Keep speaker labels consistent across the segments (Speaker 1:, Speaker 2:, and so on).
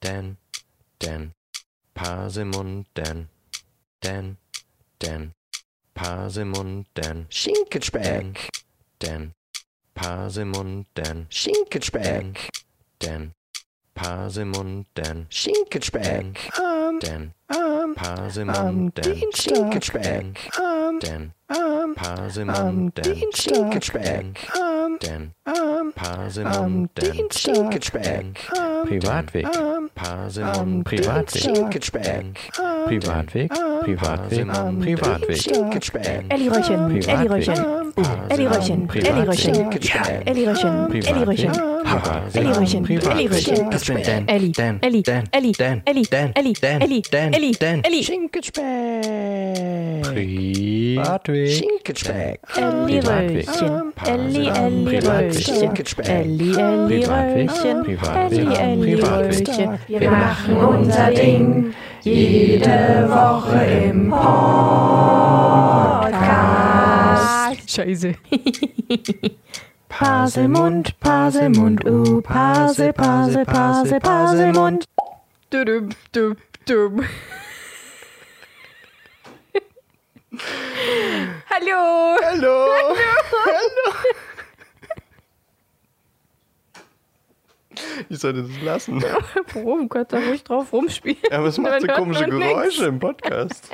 Speaker 1: Dan, Dan, Pasemund, Dan, Dan, Dan, Pasemund, Dan, Dan,
Speaker 2: Schinkenspeck.
Speaker 1: Dan, Pasemund, Dan, Dan,
Speaker 2: Schinkenspeck.
Speaker 1: Dan, Pasemund, Dan, Dan,
Speaker 2: Schinkenspeck.
Speaker 3: Um,
Speaker 2: Am,
Speaker 1: Dan,
Speaker 2: am, am
Speaker 1: Pasemund, Dan, Dan,
Speaker 2: Dienstag. Am,
Speaker 1: Dan,
Speaker 3: Um,
Speaker 2: am, am
Speaker 1: Pasemund, Dan, Dan,
Speaker 2: Dienstag.
Speaker 3: Um,
Speaker 2: Am,
Speaker 1: Dan,
Speaker 2: am, am
Speaker 1: Pasemund, Dan, Dan,
Speaker 2: Dienstag.
Speaker 3: Um,
Speaker 2: Am,
Speaker 4: Privatweg.
Speaker 2: am, am
Speaker 1: Pasemund,
Speaker 4: Privatweg.
Speaker 1: Dan,
Speaker 2: Schinkenspeck.
Speaker 3: Um,
Speaker 2: Am,
Speaker 4: Privatweg,
Speaker 2: Ah.
Speaker 4: Privatweg,
Speaker 1: Ah.
Speaker 4: Privatweg.
Speaker 2: Schinkenspeck.
Speaker 5: Elli
Speaker 3: Um,
Speaker 5: Röhrchen,
Speaker 4: Privatweg.
Speaker 5: Elli Röhrchen,
Speaker 2: Am,
Speaker 5: Elli Röhrchen, Elli Röhrchen,
Speaker 2: Schinkenspeck.
Speaker 5: Elli Röhrchen, Elli Röhrchen,
Speaker 4: Privatweg.
Speaker 5: Elli Röhrchen, Elli Röhrchen.
Speaker 1: Das bin Dan,
Speaker 5: Elli,
Speaker 1: Dan,
Speaker 5: Elli,
Speaker 1: Dan,
Speaker 5: Elli,
Speaker 1: Dan,
Speaker 5: Elli,
Speaker 1: Dan,
Speaker 5: Elli,
Speaker 1: Dan,
Speaker 5: Elli,
Speaker 1: Dan,
Speaker 5: Elli,
Speaker 1: Dan.
Speaker 5: Elli.
Speaker 2: Schinkenspeck.
Speaker 4: Privatweg.
Speaker 2: Schinkenspeck.
Speaker 5: Elli
Speaker 4: Privatweg.
Speaker 5: Röhrchen, Elli,
Speaker 1: Ah.
Speaker 5: Elli
Speaker 4: Privatweg.
Speaker 5: Röhrchen, Elli, Elli
Speaker 4: Privatweg.
Speaker 5: Röhrchen,
Speaker 4: Privatweg.
Speaker 5: Elli, Elli
Speaker 4: Privatweg.
Speaker 5: Röhrchen.
Speaker 3: Wir machen unser Ding jede Woche im Podcast.
Speaker 5: Scheiße.
Speaker 3: Paselmund, Paselmund, uh, Pasel, Pasel, Pasel, Paselmund.
Speaker 5: Düm, düm, düm. Hallo.
Speaker 2: Hallo. Ich sollte das lassen.
Speaker 5: Warum kannst du ruhig drauf rumspielen?
Speaker 2: Aber es macht
Speaker 5: Dann
Speaker 2: so
Speaker 5: hört
Speaker 2: komische
Speaker 5: man nix.
Speaker 2: Geräusche im Podcast.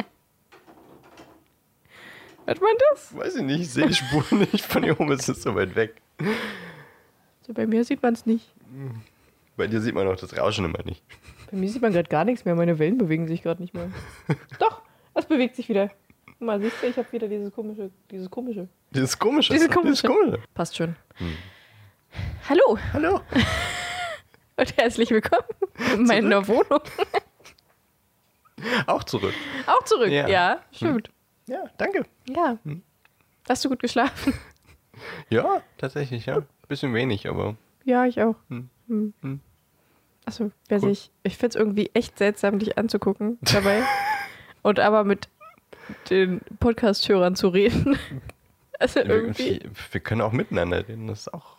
Speaker 5: Hört man das?
Speaker 2: Weiß ich nicht, ich sehe die Spur nicht. Von hier oben ist es so weit weg.
Speaker 5: Also bei mir sieht man es nicht.
Speaker 2: Bei dir sieht man auch das Rauschen immer nicht.
Speaker 5: Bei mir sieht man gerade gar nichts mehr. Meine Wellen bewegen sich gerade nicht mehr. Doch, es bewegt sich wieder. Guck Mal, siehst du, ich habe wieder dieses komische, dieses komische.
Speaker 2: Dieses komische.
Speaker 5: Dieses
Speaker 2: Dieses komische.
Speaker 5: Passt schon.
Speaker 2: Hm.
Speaker 5: Hallo
Speaker 2: Hallo.
Speaker 5: und herzlich willkommen in meiner Wohnung.
Speaker 2: Auch zurück.
Speaker 5: Auch zurück,
Speaker 2: Ja. Hm.
Speaker 5: ja. stimmt.
Speaker 2: Ja, danke.
Speaker 5: Ja. Hast du gut geschlafen?
Speaker 2: Ja, tatsächlich, ja. Bisschen wenig, aber.
Speaker 5: Ja, ich auch.
Speaker 2: Hm.
Speaker 5: Hm.
Speaker 2: Hm.
Speaker 5: Achso, wer
Speaker 2: Cool.
Speaker 5: sich. Ich find's irgendwie echt seltsam, dich anzugucken dabei. und aber mit den Podcast-Hörern zu reden. Also irgendwie.
Speaker 2: Wir, wir können auch miteinander reden. Das ist auch.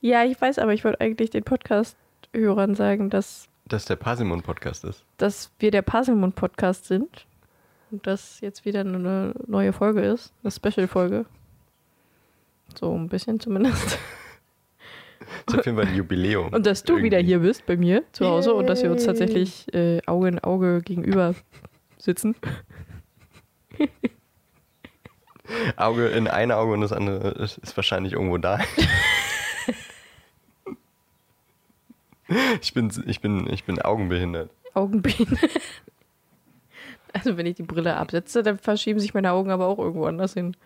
Speaker 5: Ja, ich weiß, aber ich wollte eigentlich den Podcast-Hörern sagen, dass,
Speaker 2: Dass der Pasimon-Podcast ist.
Speaker 5: dass wir der Puzzlemund-Podcast sind. Und dass jetzt wieder eine neue Folge ist. Eine Special-Folge. So ein bisschen zumindest.
Speaker 2: Das ist auf jeden Fall ein Jubiläum.
Speaker 5: Und dass du wieder
Speaker 2: Irgendwie.
Speaker 5: hier bist bei mir zu Hause und dass wir uns tatsächlich äh, Auge in Auge gegenüber sitzen.
Speaker 2: Auge in ein Auge und das andere ist, ist wahrscheinlich irgendwo da. ich, bin, ich, bin, ich bin augenbehindert.
Speaker 5: Augenbienen. Also wenn ich die Brille absetze, dann verschieben sich meine Augen aber auch irgendwo anders hin.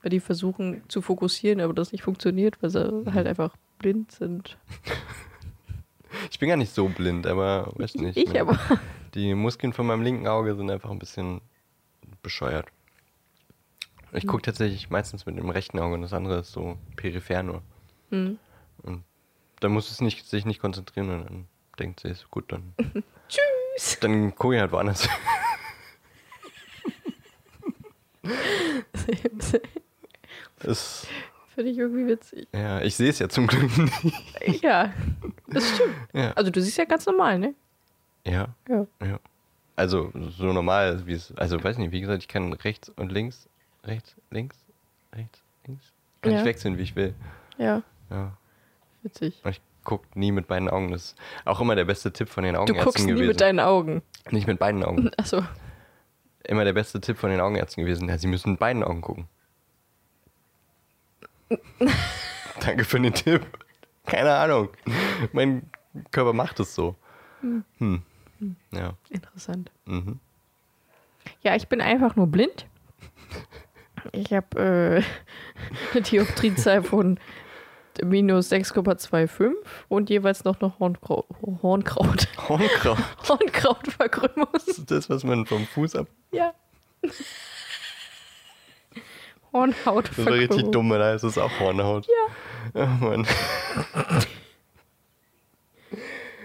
Speaker 5: Weil die versuchen zu fokussieren, aber das nicht funktioniert, weil sie halt einfach blind sind.
Speaker 2: Ich bin gar nicht so blind, aber weiß nicht.
Speaker 5: ich
Speaker 2: mir-
Speaker 5: aber.
Speaker 2: Die Muskeln von meinem linken Auge sind einfach ein bisschen bescheuert. Ich
Speaker 5: Hm.
Speaker 2: gucke tatsächlich meistens mit dem rechten Auge und das andere ist so peripher nur.
Speaker 5: Hm.
Speaker 2: Und da muss es nicht, sich nicht konzentrieren und dann denkt sie, ist gut, dann. Tschüss! Dann gucke ich halt woanders. Es,
Speaker 5: Finde ich irgendwie witzig.
Speaker 2: ja, ich sehe es ja zum Glück nicht.
Speaker 5: Ja, das stimmt.
Speaker 2: Ja.
Speaker 5: Also du siehst ja ganz normal, ne?
Speaker 2: Ja.
Speaker 5: Ja.
Speaker 2: Ja. Also so normal, wie es. Also weiß nicht, wie gesagt, ich kann rechts und links, rechts, links, rechts, links. Kann
Speaker 5: Ja.
Speaker 2: ich wechseln, wie ich will.
Speaker 5: Ja,
Speaker 2: Ja.
Speaker 5: witzig.
Speaker 2: Und ich guck nie mit beiden Augen. Das ist auch immer der beste Tipp von den
Speaker 5: Du
Speaker 2: Augenärzten
Speaker 5: guckst nie
Speaker 2: gewesen.
Speaker 5: mit deinen Augen.
Speaker 2: nicht mit beiden Augen.
Speaker 5: Achso.
Speaker 2: Immer der beste Tipp von den Augenärzten gewesen. Ja, sie müssen mit beiden Augen gucken. Danke für den Tipp. Keine Ahnung. Mein Körper macht es so. Hm. Ja.
Speaker 5: Interessant.
Speaker 2: Mhm.
Speaker 5: Ja, ich bin einfach nur blind. Ich habe äh, eine Dioptrienzahl von minus 6,25 und jeweils noch eine Hornkrau Hornkraut.
Speaker 2: Hornkraut.
Speaker 5: Hornkrautverkrümmung.
Speaker 2: Das ist das, was man vom Fuß ab.
Speaker 5: Ja.
Speaker 2: Das war richtig
Speaker 5: Hornhautverkrümmung.
Speaker 2: dumm, da ist es auch Hornhaut. Ja. Oh Mann.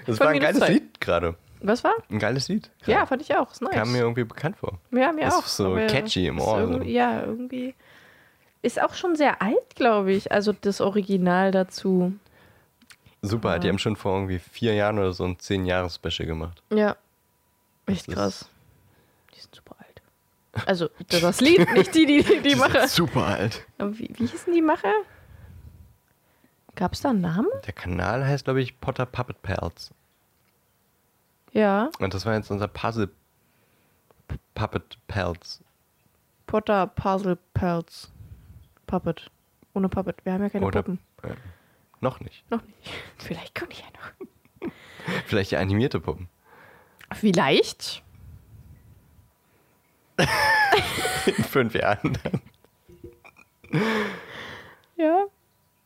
Speaker 2: Das
Speaker 5: Von
Speaker 2: war ein
Speaker 5: minus
Speaker 2: geiles
Speaker 5: zwei.
Speaker 2: Lied gerade.
Speaker 5: Was war?
Speaker 2: Ein geiles Lied.
Speaker 5: Ja, fand ich auch. Ist nice.
Speaker 2: Kam mir irgendwie bekannt vor.
Speaker 5: ja, mir
Speaker 2: ist
Speaker 5: auch.
Speaker 2: so
Speaker 5: aber
Speaker 2: catchy im
Speaker 5: ist
Speaker 2: Ohr,
Speaker 5: irgendwie-
Speaker 2: so.
Speaker 5: Ja, irgendwie. Ist auch schon sehr alt, glaube ich. Also das Original dazu.
Speaker 2: Super, die haben schon vor irgendwie vier Jahren oder so ein 10-Jahres-Special gemacht.
Speaker 5: Ja. Echt
Speaker 2: ist-
Speaker 5: krass. Die sind super alt. Also, das das Lied, nicht die, die, die, die Macher.
Speaker 2: super alt.
Speaker 5: Aber Wie, wie hießen die Macher? Gab es da einen Namen?
Speaker 2: Der Kanal heißt, glaube ich, Potter Puppet Pals.
Speaker 5: Ja.
Speaker 2: Und das war jetzt unser Puzzle P- Puppet Pals.
Speaker 5: Potter Puzzle Pals. Puppet. Ohne Puppet. Wir haben ja keine
Speaker 2: Oder
Speaker 5: Puppen.
Speaker 2: äh, noch nicht.
Speaker 5: Noch nicht. Vielleicht komme ich ja noch.
Speaker 2: Vielleicht die animierte Puppen.
Speaker 5: Vielleicht.
Speaker 2: In fünf Jahren.
Speaker 5: Ja.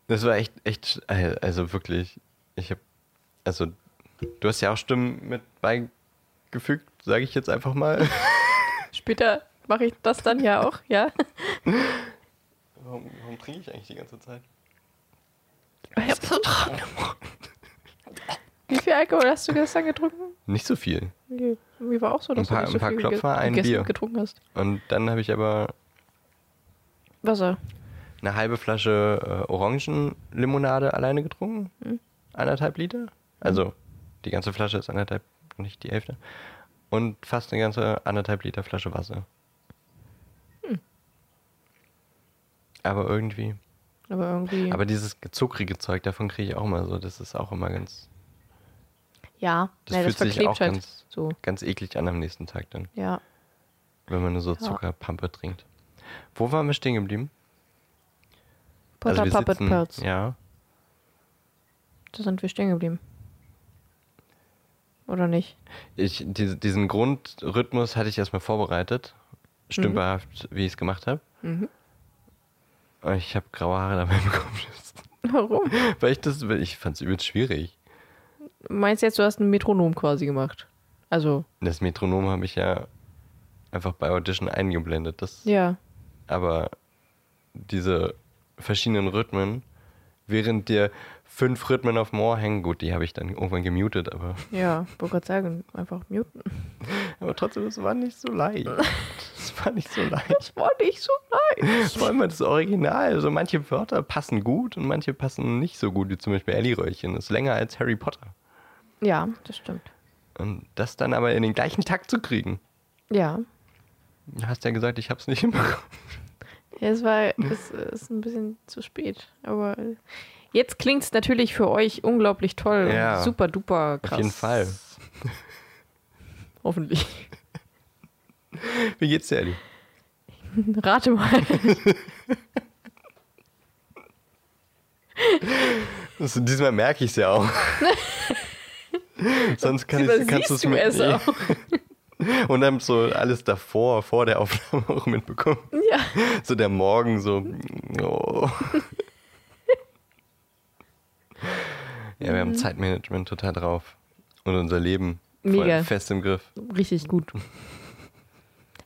Speaker 2: Das war echt, echt, äh, also wirklich. Ich habe, also, du hast ja auch Stimmen mit beigefügt, sage ich jetzt einfach mal.
Speaker 5: Später mache ich das dann ja auch, ja.
Speaker 2: Warum, warum trinke ich eigentlich die ganze Zeit?
Speaker 5: Ich hab so trocken. Wie viel Alkohol hast du gestern getrunken?
Speaker 2: Nicht so viel.
Speaker 5: Nee, Mir war auch so, dass
Speaker 2: Ein paar-
Speaker 5: du nicht so
Speaker 2: ein paar
Speaker 5: viel
Speaker 2: Klopfer,
Speaker 5: gege-
Speaker 2: ein
Speaker 5: gegessen-
Speaker 2: Bier.
Speaker 5: getrunken hast.
Speaker 2: Und dann habe ich aber
Speaker 5: Wasser.
Speaker 2: eine halbe Flasche äh, Orangenlimonade alleine getrunken. Anderthalb Liter. Also die ganze Flasche ist anderthalb, nicht die Hälfte. Und fast eine ganze anderthalb Liter Flasche Wasser. Aber irgendwie.
Speaker 5: Aber irgendwie.
Speaker 2: Aber dieses zuckrige Zeug, davon kriege ich auch immer so. Das ist auch immer ganz,
Speaker 5: ja,
Speaker 2: das
Speaker 5: nee, das
Speaker 2: fühlt sich
Speaker 5: verklebt
Speaker 2: auch
Speaker 5: halt.
Speaker 2: ganz-
Speaker 5: so.
Speaker 2: ganz eklig an am nächsten Tag dann,
Speaker 5: Ja.
Speaker 2: wenn man nur so Zuckerpampe trinkt. Wo waren wir stehen geblieben?
Speaker 5: Potter
Speaker 2: Also wir
Speaker 5: Puppet
Speaker 2: sitzen-
Speaker 5: Pals.
Speaker 2: Ja,
Speaker 5: Da sind wir stehen geblieben. Oder nicht?
Speaker 2: Ich, diese- diesen Grundrhythmus hatte ich erstmal vorbereitet. Stümperhaft, wie ich es gemacht habe. Und Ich habe graue Haare dabei bekommen.
Speaker 5: Warum?
Speaker 2: Weil ich das, weil ich fand es übelst schwierig.
Speaker 5: Du meinst jetzt, du hast ein Metronom quasi gemacht? Also,
Speaker 2: Das Metronom habe ich ja einfach bei Audition eingeblendet. Das,
Speaker 5: ja.
Speaker 2: Aber diese verschiedenen Rhythmen, während dir fünf Rhythmen auf dem Ohr hängen, gut, die habe ich dann irgendwann gemutet, aber,
Speaker 5: Ja, wollte gerade sagen, einfach muten.
Speaker 2: aber trotzdem, es war nicht so leicht. Es war nicht so leicht.
Speaker 5: Das war nicht so nice.
Speaker 2: Vor allem das Original. Also manche Wörter passen gut und manche passen nicht so gut, wie zum Beispiel Ellie-Röhrchen. Ist länger als Harry Potter.
Speaker 5: Ja, das stimmt.
Speaker 2: Und das dann aber in den gleichen Takt zu kriegen.
Speaker 5: Ja.
Speaker 2: Du hast ja gesagt, ich hab's nicht hinbekommen.
Speaker 5: Ja, es war es ist ein bisschen zu spät, aber jetzt klingt es natürlich für euch unglaublich toll.
Speaker 2: Ja.
Speaker 5: und Super duper krass.
Speaker 2: jeden Fall.
Speaker 5: Hoffentlich.
Speaker 2: Wie geht's dir, Ellie?
Speaker 5: Rate mal.
Speaker 2: Das, diesmal merke ich's ja auch. Sonst kann ich, kannst
Speaker 5: Siehst
Speaker 2: du's
Speaker 5: du
Speaker 2: mir- eh.
Speaker 5: es auch.
Speaker 2: Und dann so alles davor, vor der Aufnahme auch mitbekommen.
Speaker 5: Ja.
Speaker 2: So der Morgen, so. Oh. ja, wir
Speaker 5: Mhm.
Speaker 2: haben Zeitmanagement total drauf. Und unser Leben
Speaker 5: Mega.
Speaker 2: voll fest im Griff.
Speaker 5: Richtig gut.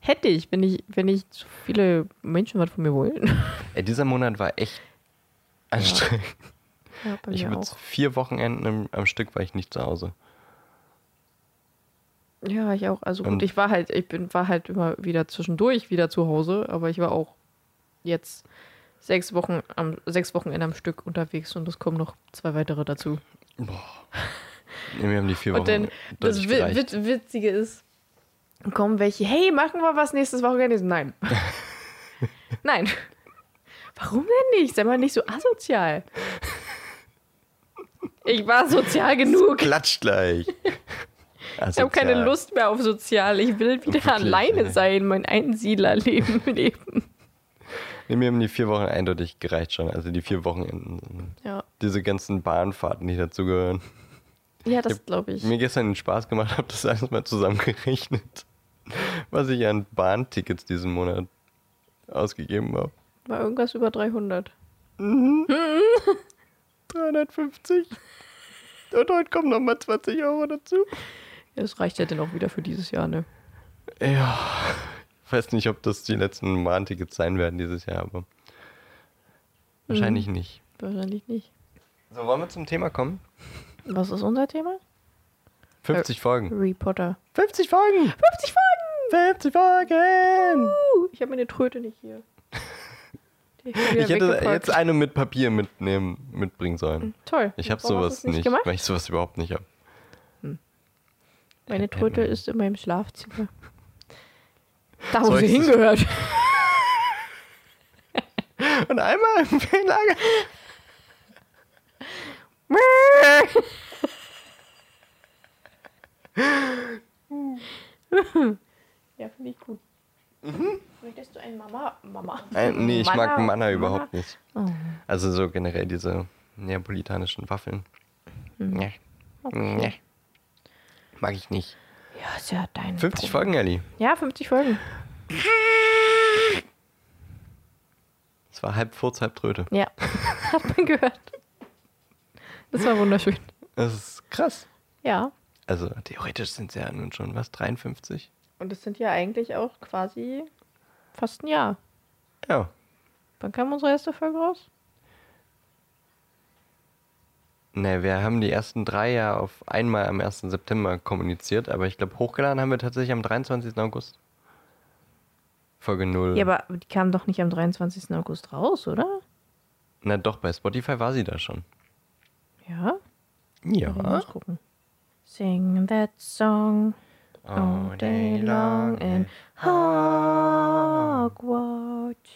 Speaker 5: Hätte ich, wenn ich, wenn nicht so viele Menschen was von mir wollen.
Speaker 2: Ey, dieser Monat war echt anstrengend.
Speaker 5: Ja, bei
Speaker 2: ich
Speaker 5: mir
Speaker 2: habe
Speaker 5: auch.
Speaker 2: jetzt vier Wochenenden im, am Stück war ich nicht zu Hause.
Speaker 5: Ja, ich auch. Also
Speaker 2: Und-
Speaker 5: gut, ich war halt, ich bin, war halt immer wieder zwischendurch wieder zu Hause, aber ich war auch jetzt sechs Wochen am sechs Wochenende am Stück unterwegs und es kommen noch zwei weitere dazu.
Speaker 2: Nee, Wir haben die vier Wochen.
Speaker 5: Und dann das
Speaker 2: deutlich
Speaker 5: Wi-
Speaker 2: gereicht.
Speaker 5: Wit Witzige ist, dann kommen welche, hey, machen wir was nächstes Wochenende? Ich so, Nein. Nein. Warum denn nicht? Sei mal nicht so asozial. Ich war sozial genug.
Speaker 2: Klatscht gleich. Also
Speaker 5: Ich habe keine Lust mehr auf sozial. Ich will wieder
Speaker 2: Wirklich,
Speaker 5: alleine
Speaker 2: ey.
Speaker 5: sein, mein Einsiedlerleben leben.
Speaker 2: Nee, mir haben die vier Wochen eindeutig gereicht schon. Also die vier Wochenenden.
Speaker 5: Ja,
Speaker 2: Diese ganzen Bahnfahrten, die dazugehören.
Speaker 5: ja
Speaker 2: Ich
Speaker 5: das
Speaker 2: hab
Speaker 5: glaube ich.
Speaker 2: Mir gestern den Spaß gemacht, habe das alles mal zusammengerechnet, was ich an Bahntickets diesen Monat ausgegeben habe.
Speaker 5: War irgendwas über 300.
Speaker 2: 350. Und heute kommen nochmal 20 Euro dazu.
Speaker 5: Ja, Das reicht ja dann auch wieder für dieses Jahr, ne?
Speaker 2: Ja. Ich weiß nicht, ob das die letzten Bahntickets sein werden dieses Jahr, aber wahrscheinlich
Speaker 5: Mhm.
Speaker 2: nicht.
Speaker 5: Wahrscheinlich nicht.
Speaker 2: So, wollen wir zum Thema kommen?
Speaker 5: Was ist unser Thema?
Speaker 2: 50
Speaker 5: Äh,
Speaker 2: Folgen.
Speaker 5: Harry Potter.
Speaker 2: 50 Folgen!
Speaker 5: 50 Folgen!
Speaker 2: 50 Folgen!
Speaker 5: Uh, ich habe meine Tröte nicht hier. Ich, bin wieder
Speaker 2: Ich hätte
Speaker 5: weggepackt.
Speaker 2: jetzt eine mit Papier mitnehmen, mitbringen sollen.
Speaker 5: Toll.
Speaker 2: Ich habe
Speaker 5: Warum hast
Speaker 2: sowas
Speaker 5: du's
Speaker 2: nicht,
Speaker 5: gemacht?
Speaker 2: weil ich sowas überhaupt nicht habe.
Speaker 5: Meine Tröte ist in meinem Schlafzimmer. Da, wo
Speaker 2: Soll
Speaker 5: sie
Speaker 2: ich das-
Speaker 5: hingehört.
Speaker 2: Und einmal im Fehllager.
Speaker 5: ja, finde ich gut. Möchtest du ein Mama? Mama.
Speaker 2: Nein, Mhm. Äh, nee, ich mag
Speaker 5: Manna-
Speaker 2: Manna überhaupt nicht.
Speaker 5: Oh.
Speaker 2: Also so generell diese neapolitanischen Waffeln. Nee. Nee. Mag ich nicht.
Speaker 5: Ja, ist ja dein.
Speaker 2: 50
Speaker 5: Problem.
Speaker 2: Folgen, Elli.
Speaker 5: Ja, 50 Folgen.
Speaker 2: Es war halb Furz, halb Tröte.
Speaker 5: Ja, hat man gehört. Das war wunderschön.
Speaker 2: Das ist krass.
Speaker 5: Ja.
Speaker 2: Also theoretisch sind es ja nun schon was, 53?
Speaker 5: Und es sind ja eigentlich auch quasi fast ein Jahr.
Speaker 2: Ja.
Speaker 5: Wann kam unsere erste Folge raus?
Speaker 2: Ne, wir haben die ersten drei ja auf einmal am 1. September kommuniziert, aber ich glaube, hochgeladen haben wir tatsächlich am 23. August. Folge 0.
Speaker 5: Ja, aber die kam doch nicht am 23. August raus, oder?
Speaker 2: Na doch, bei Spotify war sie da schon.
Speaker 5: Ja. Ich
Speaker 2: Ja.
Speaker 5: muss gucken. Sing that song all day long in Hogwarts.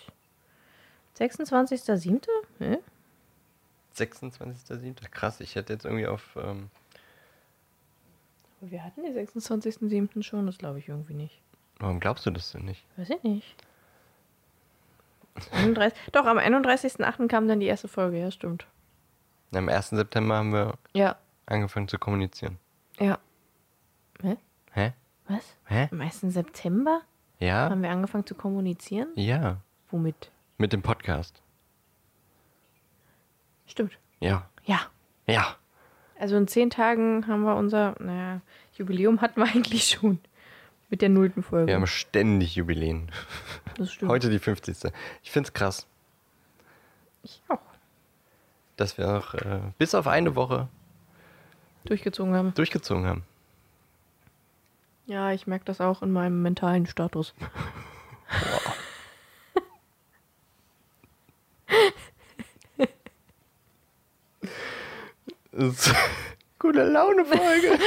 Speaker 5: 26.07.? Hä?
Speaker 2: 26.07. Krass, ich hätte jetzt irgendwie auf. Ähm,
Speaker 5: Wir hatten den 26.07. schon, das glaube ich irgendwie nicht.
Speaker 2: warum glaubst du das denn nicht?
Speaker 5: Weiß ich nicht. 31, doch, am 31.08. kam dann die erste Folge, ja, stimmt.
Speaker 2: Na, Am 1. September haben wir
Speaker 5: Ja,
Speaker 2: angefangen zu kommunizieren.
Speaker 5: ja. Hä?
Speaker 2: Hä?
Speaker 5: Was?
Speaker 2: Hä?
Speaker 5: Am 1. September
Speaker 2: Ja?
Speaker 5: haben wir angefangen zu kommunizieren?
Speaker 2: Ja.
Speaker 5: Womit?
Speaker 2: Mit dem Podcast.
Speaker 5: Stimmt.
Speaker 2: Ja.
Speaker 5: Ja.
Speaker 2: Ja.
Speaker 5: Also in zehn Tagen haben wir unser, naja, Jubiläum hatten wir eigentlich schon. Mit der nullten Folge.
Speaker 2: Wir haben ständig Jubiläen.
Speaker 5: das stimmt.
Speaker 2: Heute die 50. Ich find's krass,
Speaker 5: ich auch
Speaker 2: dass wir noch äh, bis auf eine Woche
Speaker 5: durchgezogen haben.
Speaker 2: durchgezogen haben.
Speaker 5: Ja, ich merke das auch in meinem mentalen Status.
Speaker 2: Das ist Gute Laune Folge.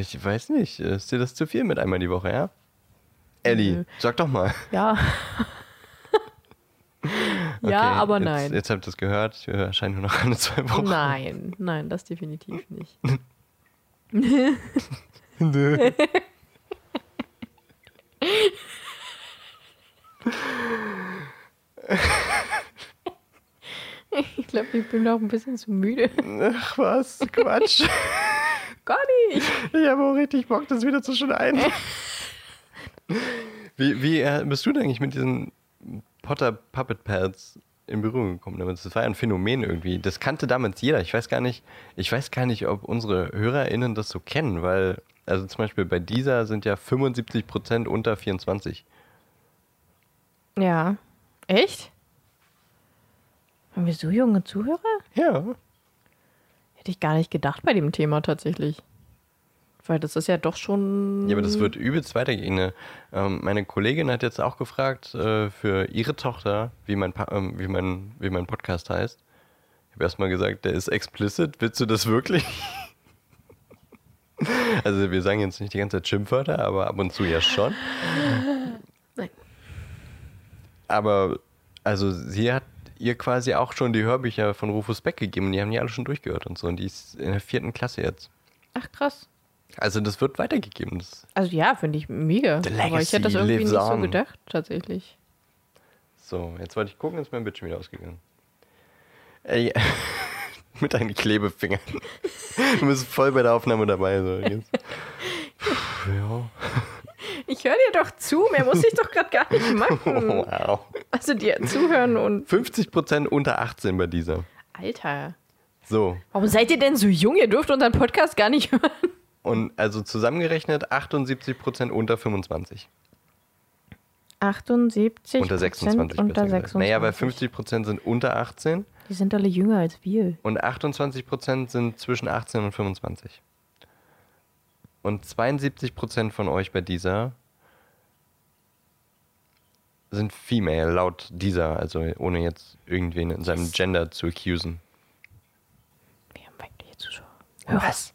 Speaker 2: ich weiß nicht, ist dir das zu viel mit einmal die Woche, ja? Elli,
Speaker 5: Nö.
Speaker 2: sag doch mal.
Speaker 5: Ja. ja,
Speaker 2: Okay,
Speaker 5: aber
Speaker 2: jetzt,
Speaker 5: nein.
Speaker 2: Jetzt habt ihr es gehört, wir erscheinen nur noch alle zwei Wochen.
Speaker 5: Nein, nein, das definitiv nicht.
Speaker 2: Nö.
Speaker 5: Ich glaube, ich bin auch ein bisschen zu müde.
Speaker 2: Ach was, Quatsch.
Speaker 5: Gar nicht.
Speaker 2: Ich habe auch richtig Bock, das wieder zu schneiden. wie wie äh, bist du denn eigentlich mit diesen Potter Puppet Pads in Berührung gekommen? damals? Das war ja ein Phänomen irgendwie. Das kannte damals jeder. Ich weiß gar nicht, ich weiß gar nicht, ob unsere HörerInnen das so kennen, weil, also zum Beispiel bei dieser sind ja 75% unter 24.
Speaker 5: Ja. Echt? Haben wir so junge Zuhörer?
Speaker 2: Ja.
Speaker 5: Hätte ich gar nicht gedacht bei dem Thema tatsächlich. Weil das ist ja doch schon.
Speaker 2: Ja, aber das wird übelst weitergehen. ne? Ähm, meine Kollegin hat jetzt auch gefragt äh, für ihre Tochter, wie mein, Pa- ähm, wie mein, wie mein Podcast heißt. Ich habe erstmal gesagt, der ist explicit. Willst du das wirklich? also wir sagen jetzt nicht die ganze Zeit Schimpfwörter, aber ab und zu ja schon.
Speaker 5: Nein.
Speaker 2: Aber also sie hat ihr quasi auch schon die Hörbücher von Rufus Beck gegeben. Die haben die alle schon durchgehört und so. Und die ist in der vierten Klasse jetzt.
Speaker 5: Ach krass.
Speaker 2: Also das wird weitergegeben. Das
Speaker 5: Also ja, finde ich mega.
Speaker 2: The
Speaker 5: Aber ich hätte das
Speaker 2: legacy
Speaker 5: irgendwie nicht
Speaker 2: lives
Speaker 5: so
Speaker 2: on.
Speaker 5: gedacht, tatsächlich.
Speaker 2: So, jetzt wollte ich gucken, ist mein Bildschirm wieder ausgegangen. Ey, mit deinen Klebefingern. Du bist voll bei der Aufnahme dabei. So. Jetzt. Puh, ja.
Speaker 5: Ich höre dir doch zu, mehr muss ich doch gerade gar nicht machen.
Speaker 2: Wow.
Speaker 5: Also dir zuhören und.
Speaker 2: 50% unter 18 bei dieser.
Speaker 5: Alter.
Speaker 2: So,
Speaker 5: Warum seid ihr denn so jung? Ihr dürft unseren Podcast gar nicht hören.
Speaker 2: und also zusammengerechnet 78% unter 25.
Speaker 5: 78.
Speaker 2: Unter 26.
Speaker 5: Unter
Speaker 2: besser gesagt.
Speaker 5: 26.
Speaker 2: Naja, weil 50% sind unter 18
Speaker 5: Die sind alle jünger als wir.
Speaker 2: und 28% sind zwischen 18 und 25. Und 72% von euch bei dieser sind female, laut dieser, also ohne jetzt irgendwen in seinem Gender zu accusen.
Speaker 5: Wir haben weibliche Zuschauer. Was?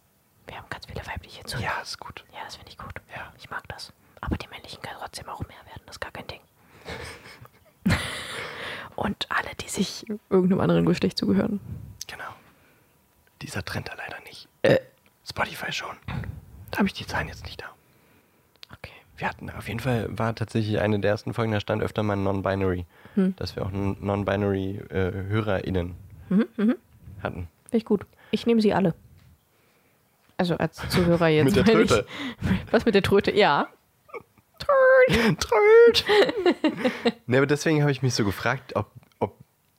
Speaker 5: Wir haben ganz viele weibliche Zuschauer.
Speaker 2: Ja, ist gut.
Speaker 5: Ja, das finde ich gut. Ja. Ich mag das. Aber die männlichen können trotzdem auch mehr werden. Das ist gar kein Ding. Und alle, die sich irgendeinem anderen Geschlecht zugehören.
Speaker 2: Genau. Dieser Trend da leider nicht. Spotify schon. Da habe ich die Zahlen jetzt nicht da.
Speaker 5: Okay.
Speaker 2: Wir hatten auf jeden Fall, war tatsächlich eine der ersten Folgen, da stand öfter mal Non-Binary. Dass wir auch n- Non-Binary äh, HörerInnen mhm. hatten.
Speaker 5: Finde ich gut. Ich nehme sie alle. Also als Zuhörer jetzt.
Speaker 2: Mit der
Speaker 5: meine
Speaker 2: Tröte.
Speaker 5: Ich. Was mit der Tröte? Ja.
Speaker 2: Tröd! ne, aber deswegen habe ich mich so gefragt, ob, ob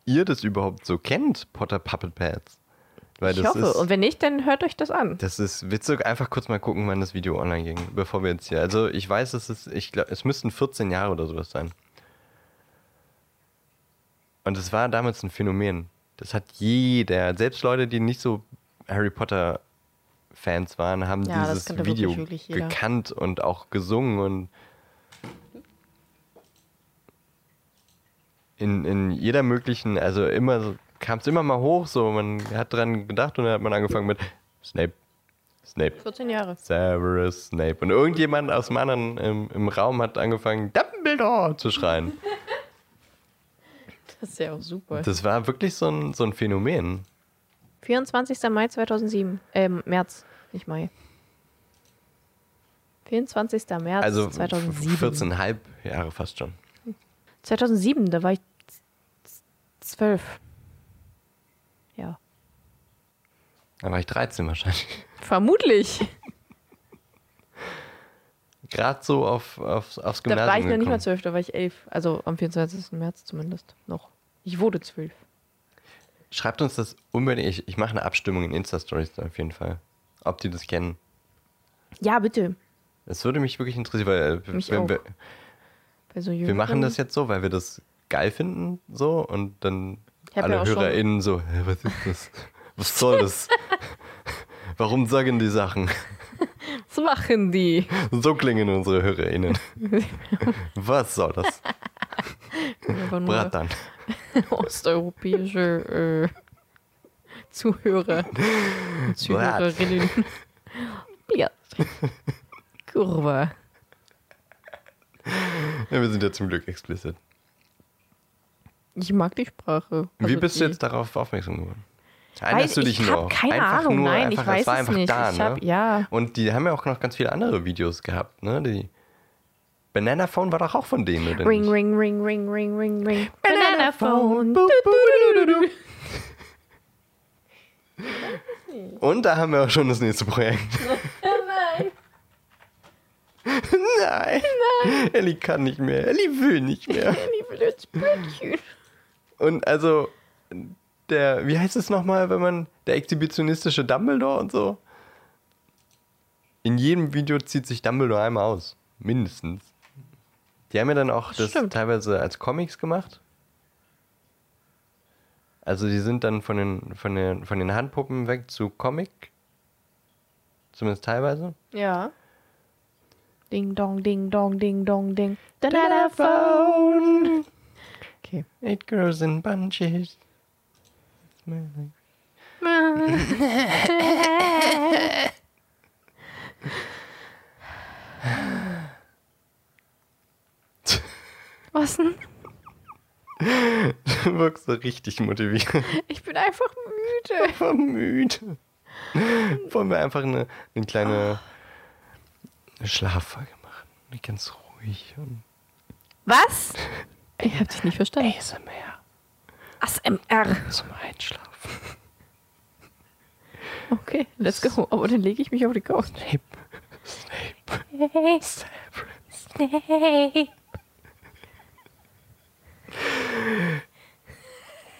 Speaker 2: ihr das überhaupt so kennt, Potter Puppet Pads. Weil
Speaker 5: ich
Speaker 2: das
Speaker 5: hoffe.
Speaker 2: ist,
Speaker 5: Und wenn nicht, dann hört euch das an.
Speaker 2: Das ist, willst du einfach kurz mal gucken, wann das Video online ging, bevor wir jetzt hier. Also ich weiß, es ist, ich glaube, es müssten 14 Jahre oder sowas sein. Und es war damals ein Phänomen. Das hat jeder, selbst Leute, die nicht so Harry Potter Fans waren, haben
Speaker 5: Ja, das
Speaker 2: dieses
Speaker 5: kannte wirklich,
Speaker 2: Video
Speaker 5: wirklich jeder.
Speaker 2: gekannt und auch gesungen und in, in jeder möglichen, also immer so- kam es immer mal hoch, so man hat dran gedacht und dann hat man angefangen mit Snape, Snape,
Speaker 5: 14 Jahre.
Speaker 2: Severus Snape. Und irgendjemand aus dem anderen im, im Raum hat angefangen, Dumbledore zu schreien.
Speaker 5: Das ist ja auch super.
Speaker 2: Das war wirklich so ein, so ein Phänomen.
Speaker 5: 24. Mai 2007. Ähm, März, nicht Mai. 24. März
Speaker 2: Also f-
Speaker 5: 2007.
Speaker 2: 14,5 Jahre fast schon.
Speaker 5: 2007, da war ich z- z- zwölf. Ja.
Speaker 2: Da war ich 13 wahrscheinlich.
Speaker 5: Vermutlich.
Speaker 2: Gerade so auf, auf, aufs
Speaker 5: Da
Speaker 2: Gymnasium
Speaker 5: war ich noch nicht
Speaker 2: gekommen.
Speaker 5: mal zwölf, da war ich elf. Also am 24. März zumindest noch. Ich wurde zwölf.
Speaker 2: Schreibt uns das unbedingt. Ich, ich mache eine Abstimmung in Insta-Stories auf jeden Fall. Ob die das kennen.
Speaker 5: Ja, bitte.
Speaker 2: Das würde mich wirklich interessieren, weil äh,
Speaker 5: Mich
Speaker 2: wenn
Speaker 5: auch.
Speaker 2: wir,
Speaker 5: Bei so
Speaker 2: wir machen
Speaker 5: Jüngeren-
Speaker 2: das jetzt so, weil wir das geil finden, so und dann
Speaker 5: Ich hab
Speaker 2: alle
Speaker 5: ja auch schon-
Speaker 2: HörerInnen so, "Hä, was ist das? Was soll das? Warum sagen die Sachen?
Speaker 5: Was machen die?
Speaker 2: So klingen unsere HörerInnen. Was soll das?
Speaker 5: Aber nur
Speaker 2: Bratan.
Speaker 5: osteuropäische äh, Zuhörer. und Zuhörerinnen. Ja. Kurva.
Speaker 2: Ja, wir sind ja zum Glück explizit.
Speaker 5: Ich mag die Sprache.
Speaker 2: Wie
Speaker 5: Also
Speaker 2: bist du
Speaker 5: die-
Speaker 2: jetzt darauf aufmerksam geworden?
Speaker 5: Weiß,
Speaker 2: Erinnerst du dich
Speaker 5: ich
Speaker 2: noch?
Speaker 5: hab keine
Speaker 2: einfach
Speaker 5: Ahnung,
Speaker 2: nur,
Speaker 5: nein, ich
Speaker 2: einfach,
Speaker 5: weiß
Speaker 2: es war
Speaker 5: es
Speaker 2: einfach
Speaker 5: nicht.
Speaker 2: da,
Speaker 5: Ich
Speaker 2: ne?
Speaker 5: hab- ja.
Speaker 2: Und die haben ja auch noch ganz viele andere Videos gehabt, ne? Die Banana Phone war doch auch von denen, oder
Speaker 5: Ring,
Speaker 2: nicht?
Speaker 5: ring, ring, ring, ring, ring, ring.
Speaker 3: Banana
Speaker 5: Hm. Banana Phone.
Speaker 3: Phone.
Speaker 2: Und da haben wir auch schon das nächste Projekt. Nein. Nein. Nein. Ellie kann nicht mehr. Ellie will nicht mehr. Und also, der, wie heißt es nochmal, wenn man, der exhibitionistische Dumbledore und so? In jedem Video zieht sich Dumbledore einmal aus. Mindestens. Die haben ja dann auch das
Speaker 5: stimmt.
Speaker 2: teilweise als Comics gemacht. Also die sind dann von den, von den, von den Handpuppen weg zu Comic. Zumindest teilweise.
Speaker 5: Ja. Ding, dong, ding, dong, ding, dong, ding. Banana Phone.
Speaker 2: Phone.
Speaker 5: Okay.
Speaker 2: It grows in bunches.
Speaker 5: Was denn?
Speaker 2: Du wirkst so richtig motiviert.
Speaker 5: Ich bin einfach müde.
Speaker 2: einfach müde. Wollen wir einfach eine, eine kleine Schlaffolge machen. Eine Ganz ruhig und
Speaker 5: Was? Ich hab dich nicht verstanden.
Speaker 2: ASMR
Speaker 5: ASMR.
Speaker 2: zum Einschlafen.
Speaker 5: Okay, let's go. Aber dann lege ich mich auf die Couch.
Speaker 2: Snape. Snape. Snape.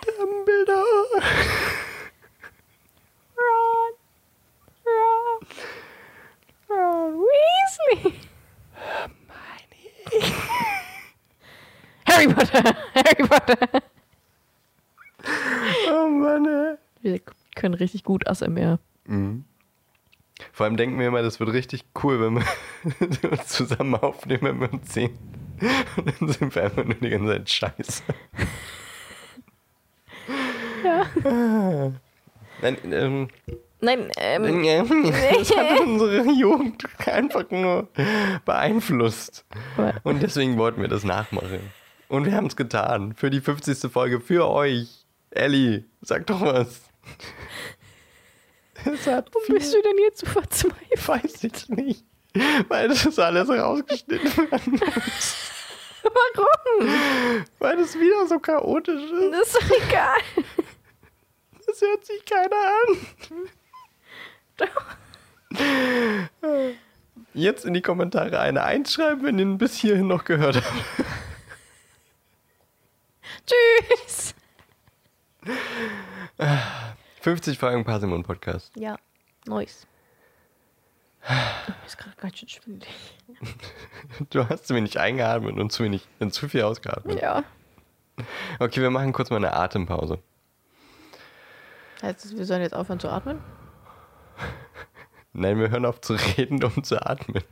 Speaker 2: Dumbledore.
Speaker 5: Ron. Ron. Ron Weasley. Harry Potter. Harry Potter.
Speaker 2: Oh Mann, ey.
Speaker 5: Wir können richtig gut ASMR.
Speaker 2: Vor allem denken wir immer, das wird richtig cool, wenn wir uns zusammen aufnehmen, wenn wir uns sehen. Und dann sind wir einfach nur die ganze Zeit scheiße.
Speaker 5: Ja.
Speaker 2: Nein, ähm,
Speaker 5: Nein, ähm,
Speaker 2: das hat unsere Jugend einfach nur beeinflusst.
Speaker 5: aber-
Speaker 2: Und deswegen wollten wir das nachmachen. Und wir haben es getan. Für die 50. Folge, für euch. Elli, sag doch was. Es hat
Speaker 5: wo bist du denn jetzt so verzweifelt?
Speaker 2: Weiß ich nicht. Weil das ist alles rausgeschnitten werden muss.
Speaker 5: Warum?
Speaker 2: Weil es wieder so chaotisch ist.
Speaker 5: Das ist doch egal.
Speaker 2: Das hört sich keiner an.
Speaker 5: Doch.
Speaker 2: Jetzt in die Kommentare eine Eins schreiben, wenn ihr ihn bis hierhin noch gehört habt.
Speaker 5: Tschüss.
Speaker 2: 50 Folgen Parsimon Podcast.
Speaker 5: Ja, neues. Mir ist gerade ganz schön schwindelig.
Speaker 2: Du hast zu wenig eingeatmet und zu wenig, und zu viel ausgeatmet.
Speaker 5: Ja.
Speaker 2: Okay, wir machen kurz mal eine Atempause.
Speaker 5: Heißt das, wir sollen jetzt aufhören zu atmen?
Speaker 2: Nein, wir hören auf zu reden, um zu atmen.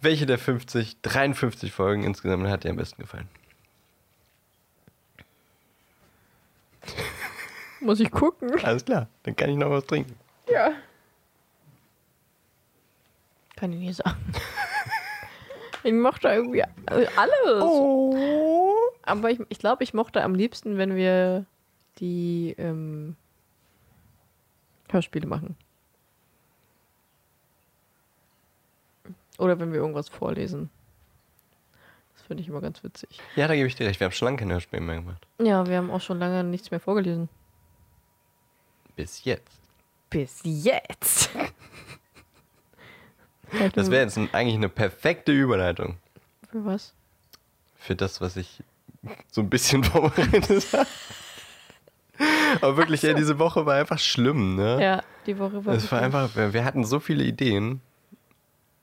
Speaker 2: Welche der 50, 53 Folgen insgesamt hat dir am besten gefallen?
Speaker 5: Muss ich gucken?
Speaker 2: Alles klar, dann kann ich noch was trinken.
Speaker 5: Ja. Kann ich nicht sagen. ich mochte irgendwie alles.
Speaker 2: Oh,
Speaker 5: Aber ich, ich glaube, ich mochte am liebsten, wenn wir die ähm, Hörspiele machen. Oder wenn wir irgendwas vorlesen. Das finde ich immer ganz witzig.
Speaker 2: Ja, da gebe ich dir recht. Wir haben schon lange kein Hörspiel mehr gemacht.
Speaker 5: Ja, wir haben auch schon lange nichts mehr vorgelesen.
Speaker 2: Bis jetzt.
Speaker 5: Bis jetzt.
Speaker 2: Das wäre jetzt ein, eigentlich eine perfekte Überleitung
Speaker 5: Für was?
Speaker 2: für das, was ich so ein bisschen vorbereitet habe. Aber wirklich, ey, diese Woche war einfach schlimm, ne?
Speaker 5: Ja, die Woche war.
Speaker 2: Es war
Speaker 5: wirklich-
Speaker 2: einfach, wir wir hatten so viele Ideen